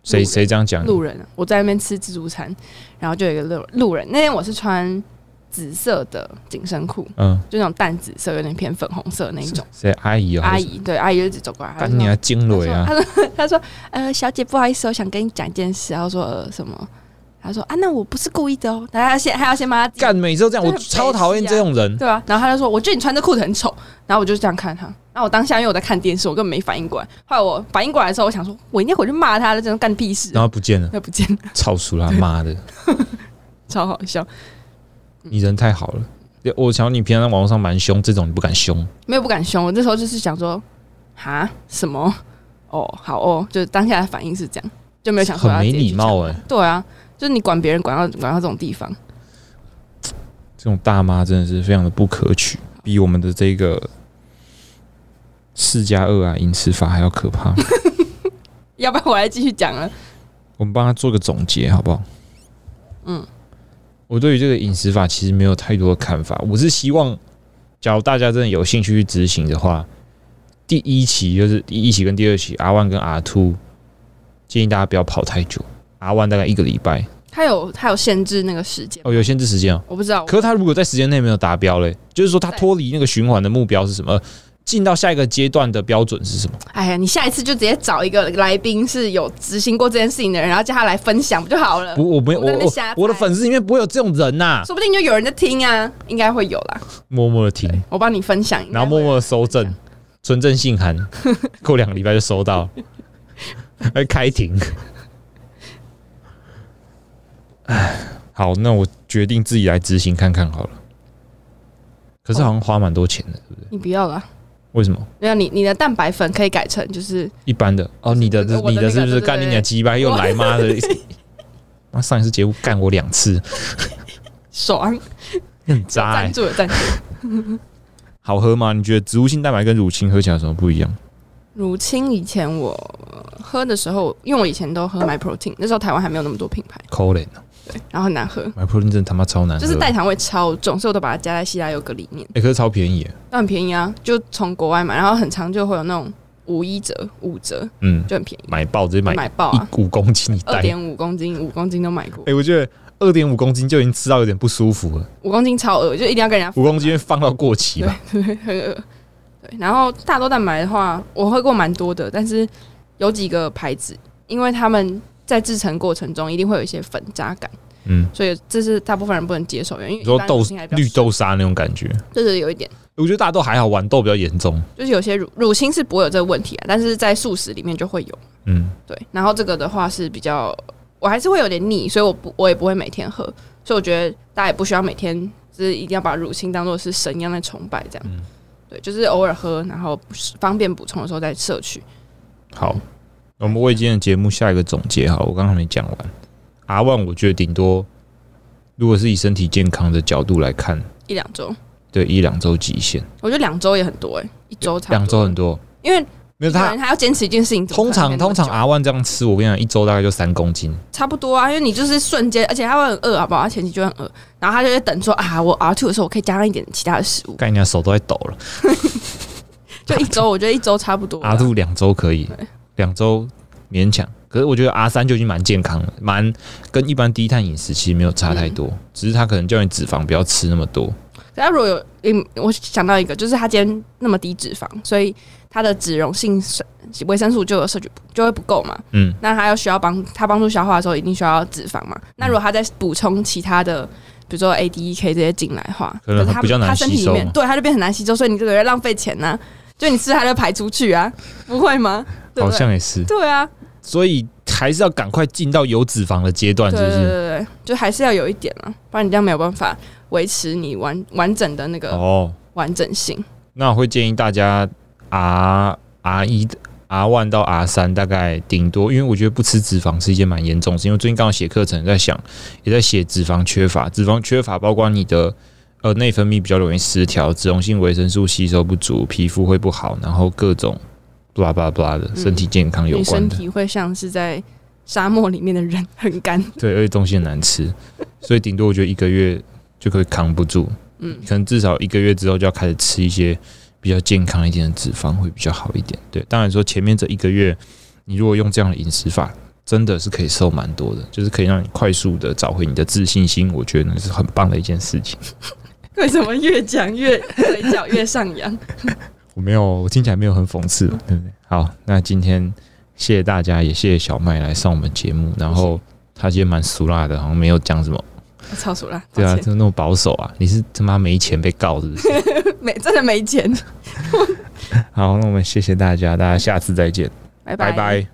Speaker 1: 谁
Speaker 2: 路人
Speaker 1: 谁这样讲？
Speaker 2: 路人啊，我在那边吃自助餐，然后就有一个路路人，那天我是穿紫色的紧身裤，
Speaker 1: 嗯，
Speaker 2: 就那种淡紫色，有点偏粉红色那一种。
Speaker 1: 谁阿姨哦？
Speaker 2: 阿姨对阿姨就一直走过来，她
Speaker 1: 还，
Speaker 2: 就是
Speaker 1: 干
Speaker 2: 说
Speaker 1: 你啊，惊
Speaker 2: 他
Speaker 1: 雷
Speaker 2: 说
Speaker 1: 啊！
Speaker 2: 他说：“ 他说，呃，小姐，不好意思，我想跟你讲一件事。”然后说：“呃，什么？”他说：“啊，那我不是故意的哦。”然后他先，他要先帮他自己
Speaker 1: 干每次都这样，
Speaker 2: 这
Speaker 1: 我
Speaker 2: 很北
Speaker 1: 超讨厌
Speaker 2: 西啊
Speaker 1: 这种人。
Speaker 2: 对啊。然后他就说：“我觉得你穿这裤子很丑。”然后我就这样看他。然后我当下因为我在看电视，我根本没反应过来。后来我反应过来的时候，我想说：“我应该回去骂他了，这种干屁事
Speaker 1: 然。后不见”了，
Speaker 2: 那不见了，嗯
Speaker 1: 操熟他妈的，
Speaker 2: 超好笑。
Speaker 1: 你人太好了。我想你平常在网络上蛮凶，这种你不敢凶，
Speaker 2: 没有不敢凶，我那时候就是想说，哈什么？哦，好哦，就是当下的反应是这样，就没有想说
Speaker 1: 很
Speaker 2: 要
Speaker 1: 没
Speaker 2: 自己去
Speaker 1: 礼貌哎、
Speaker 2: 讲。对啊，就是你管别人管到管到这种地方，
Speaker 1: 这种大妈真的是非常的不可取，比我们的这个四加二啊饮食法还要可怕。
Speaker 2: 要不然我来继续讲了。
Speaker 1: 我们帮他做个总结好不好？
Speaker 2: 嗯，
Speaker 1: 我对于这个饮食法其实没有太多的看法，我是希望，假如大家真的有兴趣去执行的话，第一期就是第一期跟第二期 R one 跟 R two，建议大家不要跑太久，R one 大概一个礼拜
Speaker 2: 他有他有限制那个时间，
Speaker 1: 哦，有限制时间哦。
Speaker 2: 我不知道。
Speaker 1: 可是他如果在时间内没有达标嘞，就是说他脱离那个循环的目标是什么？呃进到下一个阶段的标准是什么？
Speaker 2: 哎呀，你下一次就直接找一个来宾是有执行过这件事情的人，然后叫他来分享不就好了？
Speaker 1: 不，啊我没有，
Speaker 2: 呃我们
Speaker 1: 我
Speaker 2: 在那边
Speaker 1: 我
Speaker 2: 瞎猜
Speaker 1: 我的粉丝里面不会有这种人呐、
Speaker 2: 说不定就有人在听啊，应该会有啦。
Speaker 1: 默默的听。
Speaker 2: 我帮你分享，应该
Speaker 1: 然后
Speaker 2: 会啊
Speaker 1: 默默的收证
Speaker 2: 这样，
Speaker 1: 存证信函， 过两个礼拜就收到，还开庭。唉，好，那我决定自己来执行看看好了。可是好像花蛮多钱的，对不对？
Speaker 2: 你不要了。
Speaker 1: 为什么？
Speaker 2: 没有你，你的蛋白粉可以改成就是
Speaker 1: 一般的哦，你的
Speaker 2: 我的
Speaker 1: 你的
Speaker 2: 那个
Speaker 1: 是不是
Speaker 2: 对对对
Speaker 1: 干你俩鸡巴又来妈的？ 妈上一次节目干我两次，
Speaker 2: 爽，
Speaker 1: 哎你很渣哎、
Speaker 2: 赞助的赞助。
Speaker 1: 好喝吗？你觉得植物性蛋白跟乳清喝起来有什么不一样？
Speaker 2: 乳清以前我喝的时候，因为我以前都喝 My Protein，那时候台湾还没有那么多品牌，
Speaker 1: 扣脸
Speaker 2: 对，然后很难喝，
Speaker 1: 买 protein 真的他妈超难喝，
Speaker 2: 就是代糖味超重，所以我都把它加在希拉优格里面，
Speaker 1: 哎、可是超便宜耶，
Speaker 2: 那很便宜啊，就从国外买，然后很常就会有那种五一折、五折，
Speaker 1: 嗯，
Speaker 2: 就很便宜，
Speaker 1: 买爆直接买
Speaker 2: 买爆
Speaker 1: 一
Speaker 2: 啊，
Speaker 1: 股公斤一袋。
Speaker 2: 二
Speaker 1: 哎、
Speaker 2: 点五公斤、五公斤都买过，
Speaker 1: 我觉得二点五公斤就已经吃到有点不舒服了，
Speaker 2: 五公斤超饿，就一定要跟人家
Speaker 1: 五公斤会放到过期吧？
Speaker 2: 很饿。对，然后大豆蛋白的话，我喝过蛮多的，但是有几个牌子，因为他们在制成过程中一定会有一些粉渣感，
Speaker 1: 嗯，
Speaker 2: 所以这是大部分人不能接受的。因为
Speaker 1: 你说
Speaker 2: 一般
Speaker 1: 豆
Speaker 2: 乳清还比较
Speaker 1: 绿豆沙那种感觉，
Speaker 2: 少，这是有一点，
Speaker 1: 我觉得大豆还好，豌豆比较严重。
Speaker 2: 就是有些乳乳清是不会有这个问题啊，但是在素食里面就会有。
Speaker 1: 嗯，
Speaker 2: 对，然后这个的话是比较，我还是会有点腻，所以我不我也不会每天喝，所以我觉得大家也不需要每天就是一定要把乳清当做是神一样在崇拜这样。
Speaker 1: 嗯
Speaker 2: 对，就是偶尔喝，然后不是方便补充的时候再摄取。
Speaker 1: 好，我们为今天的节目下一个总结好了，我刚刚还没讲完。R one 我觉得顶多，如果是以身体健康的角度来看，
Speaker 2: 一两周，
Speaker 1: 对一两周极限，
Speaker 2: 我觉得两周也很多哎、一周差不多
Speaker 1: 两周很，多，
Speaker 2: 因为
Speaker 1: 没有
Speaker 2: 一个
Speaker 1: 他
Speaker 2: 人还要坚持一件事情，怎
Speaker 1: 通
Speaker 2: 么可能
Speaker 1: 常通常
Speaker 2: 那么久啊
Speaker 1: R one 这样吃，我跟你讲，一周大概就三公斤。
Speaker 2: 差不多啊，因为你就是瞬间，而且他会很饿，好不好？他前期就会很饿，然后他就会等说啊，我 R two 的时候我可以加上一点其他的食 物，
Speaker 1: 干你娘手都在抖了。
Speaker 2: 就一周，我觉得一周差不多了。
Speaker 1: 阿杜两周可以，两周勉强。可是我觉得 R 三就已经蛮健康了，蛮跟一般低碳饮食其实没有差太多，
Speaker 2: 嗯
Speaker 1: 只是他可能叫你脂肪不要吃那么多。
Speaker 2: 可他如果有，嗯，我想到一个，就是他今天那么低脂肪，所以他的脂溶性是维生素就有摄取不就会不够嘛。
Speaker 1: 嗯，
Speaker 2: 那他要需要帮他帮助消化的时候，一定需要脂肪嘛。那如果他再补充其他的，比如说 ADEK 这些进来的话，
Speaker 1: 可能
Speaker 2: 是他
Speaker 1: 比较难
Speaker 2: 他身体
Speaker 1: 吸
Speaker 2: 里
Speaker 1: 收
Speaker 2: 面
Speaker 1: 嘛
Speaker 2: 对他就变很难吸收，所以你这个人浪费钱呐、就你吃它就排出去啊，不会吗？对
Speaker 1: 好
Speaker 2: 不对？
Speaker 1: 像也是，
Speaker 2: 对啊，
Speaker 1: 所以还是要赶快进到有脂肪的阶段，是
Speaker 2: 对
Speaker 1: 不
Speaker 2: 对对
Speaker 1: 是？
Speaker 2: 对，对就还是要有一点嘛，不然你这样没有办法维持你完完整的那个
Speaker 1: 哦，
Speaker 2: 完整性。
Speaker 1: 那我会建议大家 R R 一 R one 到 R 三大概顶多，因为我觉得不吃脂肪是一件蛮严重的事情。因为最近刚好写课程在想，也在写脂肪缺乏，脂肪缺乏包括你的呃内分泌比较容易失调，脂溶性维生素吸收不足，皮肤会不好，然后各种。巴拉巴拉的身体健康有
Speaker 2: 你
Speaker 1: 关
Speaker 2: 身
Speaker 1: 的，
Speaker 2: 体会像是在沙漠里面的人，很干。
Speaker 1: 对，而且东西很难吃，所以顶多我觉得一个月就可以扛不住，
Speaker 2: 嗯，
Speaker 1: 可能至少一个月之后就要开始吃一些比较健康一点的脂肪会比较好一点。对，当然说前面这一个月，你如果用这样的饮食法，真的是可以瘦蛮多的，就是可以让你快速的找回你的自信心，我觉得那是很棒的一件事情。
Speaker 2: 为什么越讲越嘴角越上扬？
Speaker 1: 我没有，我听起来没有很讽刺吧，对不对？好，那今天谢谢大家，也谢谢小麦来上我们节目，然后他今天蛮俗辣的，好像没有讲什么，
Speaker 2: 超熟啦，
Speaker 1: 对啊，
Speaker 2: 抱
Speaker 1: 就
Speaker 2: 歉
Speaker 1: 那么保守啊，你是他妈没钱被告是不是？
Speaker 2: 没真的没钱，
Speaker 1: 好，那我们谢谢大家，大家下次再见，
Speaker 2: 拜
Speaker 1: 拜拜